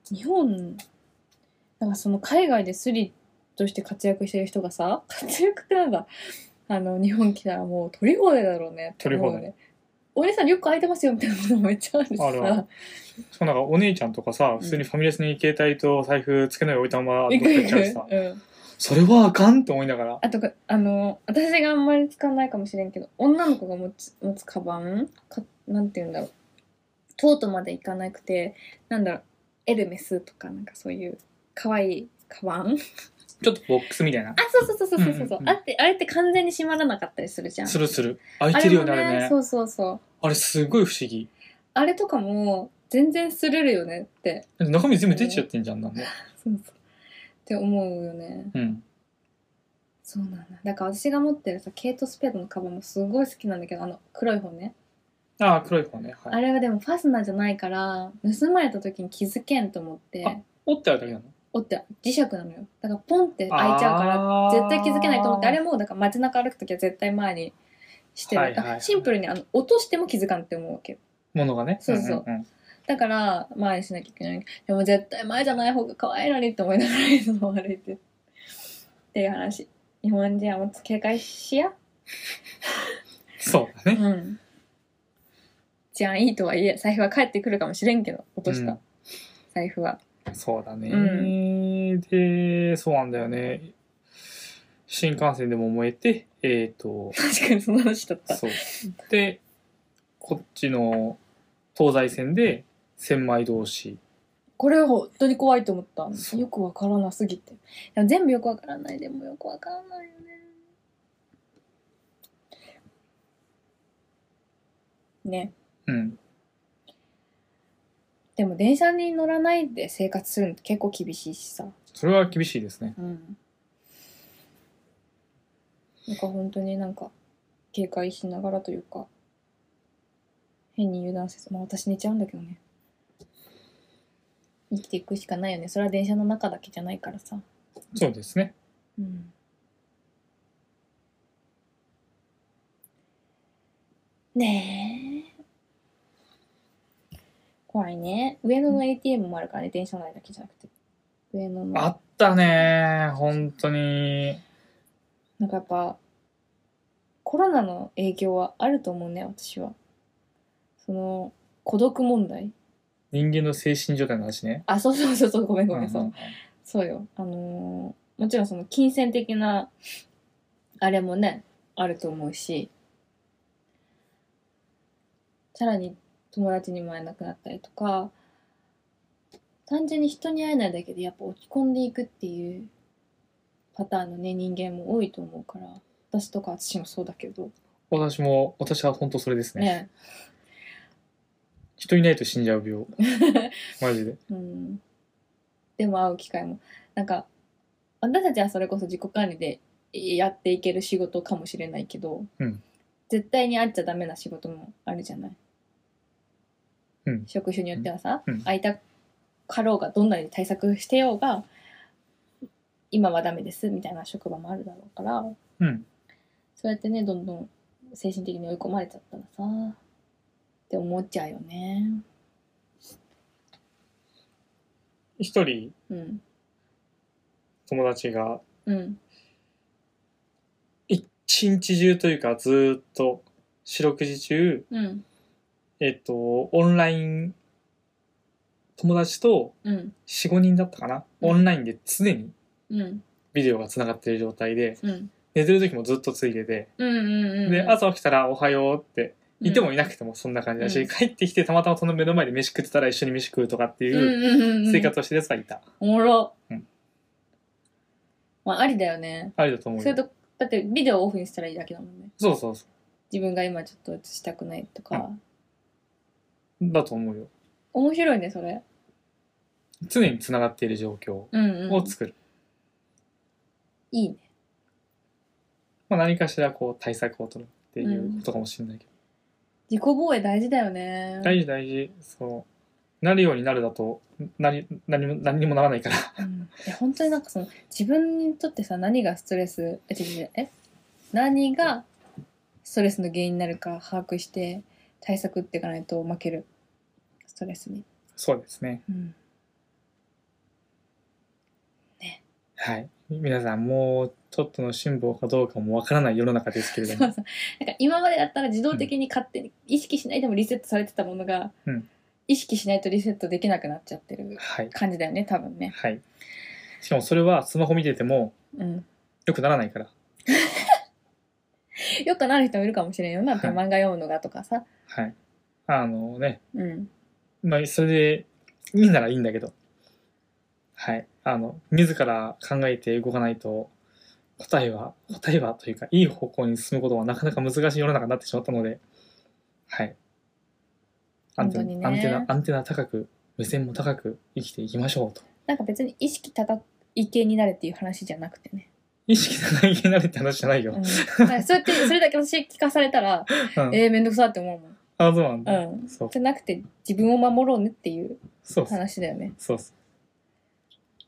日本なんかその海外でスリとして活躍してる人がさ活躍ってなんだあの日本来たらもう取り放題だろうねって思うよ
取り
ねお姉さんよく空いてますよみたいなこともめっちゃあるしさ
あるあるしかもなんかお姉ちゃんとかさ、普通にファミレスに携帯と財布つけない置いたままどっ
行
か
く
行っちゃうし
行
さ
く、うん、
それはあかんと思いながら。
あとかあの私があんまり使わないかもしれんけど女の子が持つ持つカバンかなんて言うんだろうトートまで行かなくてなんだろうエルメスとかなんかそういう可愛いカバン
ちょっとボックスみたいな
あ。、そうそうそうそうそうそう,、
うんうんうん
あって、あれって完全に閉まらなかったりするじゃん。
するする。開いてるよね、あれ
も
ね。
そうそうそう。
あれすごい不思議。
あれとかも、全然すれるよねって。
中身全部出ちゃってんじゃん、なんで。
そうそう。って思うよね。
うん。
そうなんだ。だから私が持ってるさ、ケイト・スペードのカバンもすごい好きなんだけど、あの、黒い方ね。
ああ、黒い方ね。は
あ
い。
れはでもファスナーじゃないから、盗まれた時に気づけんと思って、
折ってあるだけなの
折って磁石なのよ。だからポンって開いちゃうから、絶対気づけないと思って、あれ
も。
もだから街中歩く時は絶対前にしてる。
はいはいはい
シンプルにあの落としても気づかんって思うわけ。
ものがね。
そうそうん
んん
だから前にしなきゃいけないでも絶対前じゃない方が可愛いのにって思いながらいつも歩いてるっていう話日本人はもっと警戒しや
そうだ
う
ね。
ん治安いいとはいえ財布は返ってくるかもしれんけど落とした、
うん
財布は
そうだね、
う
で、そうなんだよね。新幹線でも燃えて、えっ、と、
確かにその話だった
そう。で、こっちの東西線で、千枚同士。
これは本当に怖いと思った
そう
よくわからなすぎてでも全部よくわからないでもよくわからないよねね
うん。
でも電車に乗らないで生活するのって結構厳しいしさ。
それは厳しいですね。
うん。なんか本当になんか警戒しながらというか、変に油断せず、まあ私寝ちゃうんだけどね。生きていくしかないよね。それは電車の中だけじゃないからさ。
そうですね。
うん。ねえ。怖いね。上野の ATM もあるからね、電車内だけじゃなくて。上野の。
あったね本当に。
なんかやっぱ、コロナの影響はあると思うね、私は。その、孤独問題。
人間の精神状態の話ね。
あ、そうそうそうそう、ごめんごめん、そううん
うん。
そうよ。あのーもちろんその金銭的な、あれもね、あると思うし、さらに友達にも会えなくなったりとか、単純に人に会えないだけでやっぱ落ち込んでいくっていうパターンのね、人間も多いと思うから、私とか私もそうだけど、
私も、私は本当それですね。
ね、
人いないと死んじゃう病。 <laughs> マジで。
うん、でも会う機会もなんか私たちはそれこそ自己管理でやっていける仕事かもしれないけど、
うん
絶対に会っちゃダメな仕事もあるじゃない、
うん
職種によってはさ、
うん
会いたかろうがどんなに対策してようが今はダメですみたいな職場もあるだろうから
うん。
そうやってねどんどん精神的に追い込まれちゃったらさって思っちゃうよね
一人、
うん
友達が、
うん
一日中というか、ずーっと、四六時中、
うん
えっと、オンライン、友達と
うん
4、5人だったかな。
うん
オンラインで常に
うん
ビデオが繋がってる状態で、
うん
寝てる時もずっとついてて、
うんうんうんうん、
で、朝起きたらおはようって、いても
い
いなくてもそんな感じだし、
うん
帰ってきてたまたまその目の前で飯食ってたら一緒に飯食うとかっていう
い
生活をしてるやつはいた。
おもろ、
うん
まあありだよね
ありだと思う
それ
よ。
とだってビデオオフにしたらいいだけだもんね
そうそうそう。
自分が今ちょっと映したくないとか、
だと思うよ
面白いねそれ
常につながっている状況
うんうん
を作る、
いいね
まあ、何かしらこう対策を取るっていうことかもしれないけど、
自己防衛大事だよね
大事大事そうなるようになるだと何何も何にもならないから <laughs>
うんいや本当になんかその自分にとってさ何がストレスえ違う違うえ何がストレスの原因になるか把握して対策打っていかないと負けるストレスに、
そうですね
うん、
はい皆さんもうちょっとの辛抱かどうかもわからない世の中ですけれ
そう
ど
そ
も
うなんか今までだったら自動的に勝手に意識しないでもリセットされてたものが、
うん
意識しないとリセットできなくなっちゃってる
はい
感じだよね多分ね
はいしかもそれはスマホ見てても
うん
よくならないから
よくなる人もいるかもしれんよなって
はい
漫画読むのがとかさ
はいあのね
うん
まあ、それでいいならいいんだけど、はい。あの、自ら考えて動かないと、答えは、答えはというか、いい方向に進むことはなかなか難しい世の中になってしまったので、はい。アンテナ、
本当にね
アンテナ、アンテナ高く、目線も高く生きていきましょうと。
なんか別に意識高い系になれっていう話じゃなくてね
意識高いけなるって話じゃないよ。 <laughs>
うん、はいそうやってそれだけ私聞かされたら
うん。
えー、めんどくさって思う
あ、そうなん
も
だ。
ん、うん、
そう
じ。ゃなくて自分を守ろうねっていう
そうそう。
話だよね
そうそ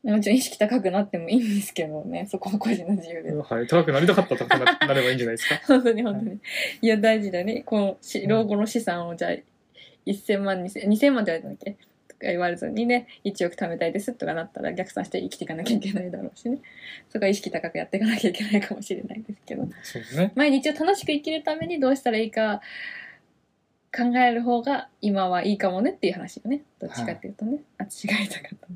もちろん意識高くなってもいいんですけどねそこは個人の自由で
う。はい。高くなりたかったとかななればいいんじゃないですか。
本当に本当にいや大事だねこのし老後の資産をじゃあ1000万2000 2000万って言われたんだっけとか言われずにね1億貯めたいですとかなったら逆算して生きていかなきゃいけないだろうしねそこは意識高くやっていかなきゃいけないかもしれないですけど
そうですね。
毎日を楽しく生きるためにどうしたらいいか考える方が今はいいかもねっていう話よねどっちかっていうとね、あ違いたかった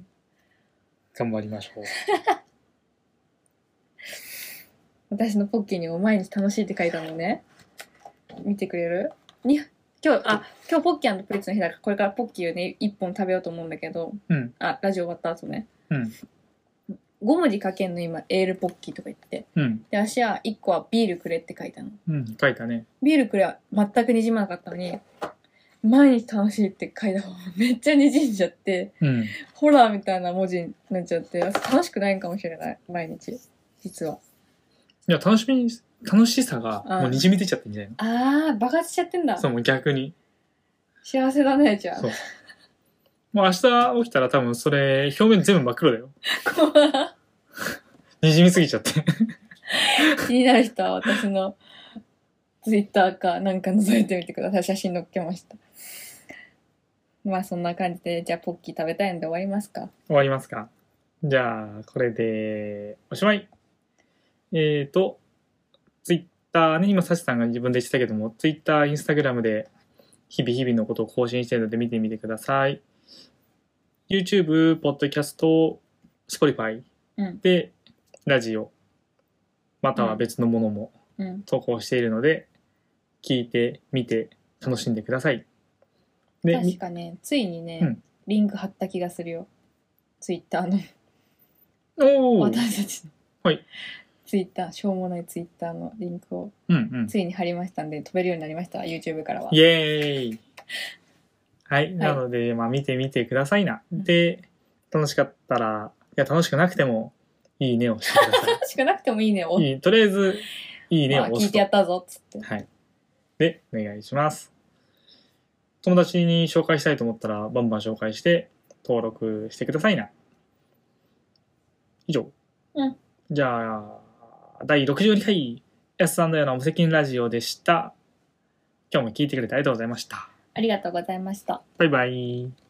頑張りましょう。
私のポッキーにも毎日楽しいって書いたのね見てくれるに今日あ今日ポッキープリッツの日だからこれからポッキーをね1本食べようと思うんだけど
うん。
あラジオ終わった後ね
うん。
5文字書けんの今エールポッキーとか言って
うん。
で私は1個はビールくれって書いたの
うん。書いたね。
ビールくれは全くにじまなかったのに、毎日楽しいって書いた方が <laughs> めっちゃにじんじゃって、
うん。
ホラーみたいな文字になっちゃって、楽しくないんかもしれない、毎日。実は。
いや、楽しみに、楽しさが、もう滲み出ちゃってんじゃないの、
あー、爆発しちゃってんだ
そ。う、もう逆に。
幸せだね、じゃあ <laughs>
そう。もう明日起きたら多分それ、表面全部真っ黒だよ。滲みすぎちゃって。
気になる人は私のツイッターかなんか覗いてみてください。写真載っけました。まあそんな感じで、じゃあポッキー食べたいんで終わりますか。
終わりますかじゃあ、これで、おしまい。えっ、ー、と、ツイッターね、今、サチさんが自分で言ってたけども、ツイッター、インスタグラムで、日々日々のことを更新しているので見てみてください。YouTube、ポッドキャスト、Spotify
うん
で、ラジオ、または別のものも
うん。
投稿しているので、聞いて、見て、楽しんでください。で、
確かね、ついにね、
うん
リンク貼った気がするよ。ツイッターの
おー
私たちの、
はい
ツイッターしょうもないツイッターのリンクを
うんうん。
ついに貼りましたんで飛べるようになりました YouTube からは
イエーイはい、なので、まあ見てみてくださいな。
うん
で、楽しかったら、いや、楽しくなくても、いいねをしてくだ
<laughs>
さ
しかなくてもいいねを
い。いいとりあえず、いいねを
まあ
押
聞
す
いて
と
や。ったぞっつって
はい。で、お願いします。友達に紹介したいと思ったら、バンバン紹介して、登録してくださいな。以上。
うん
じゃあ、第62回、S&A の無責任ラジオでした。今日も聞いてくれてありがとうございました。
ありがとうございました
バイバイ。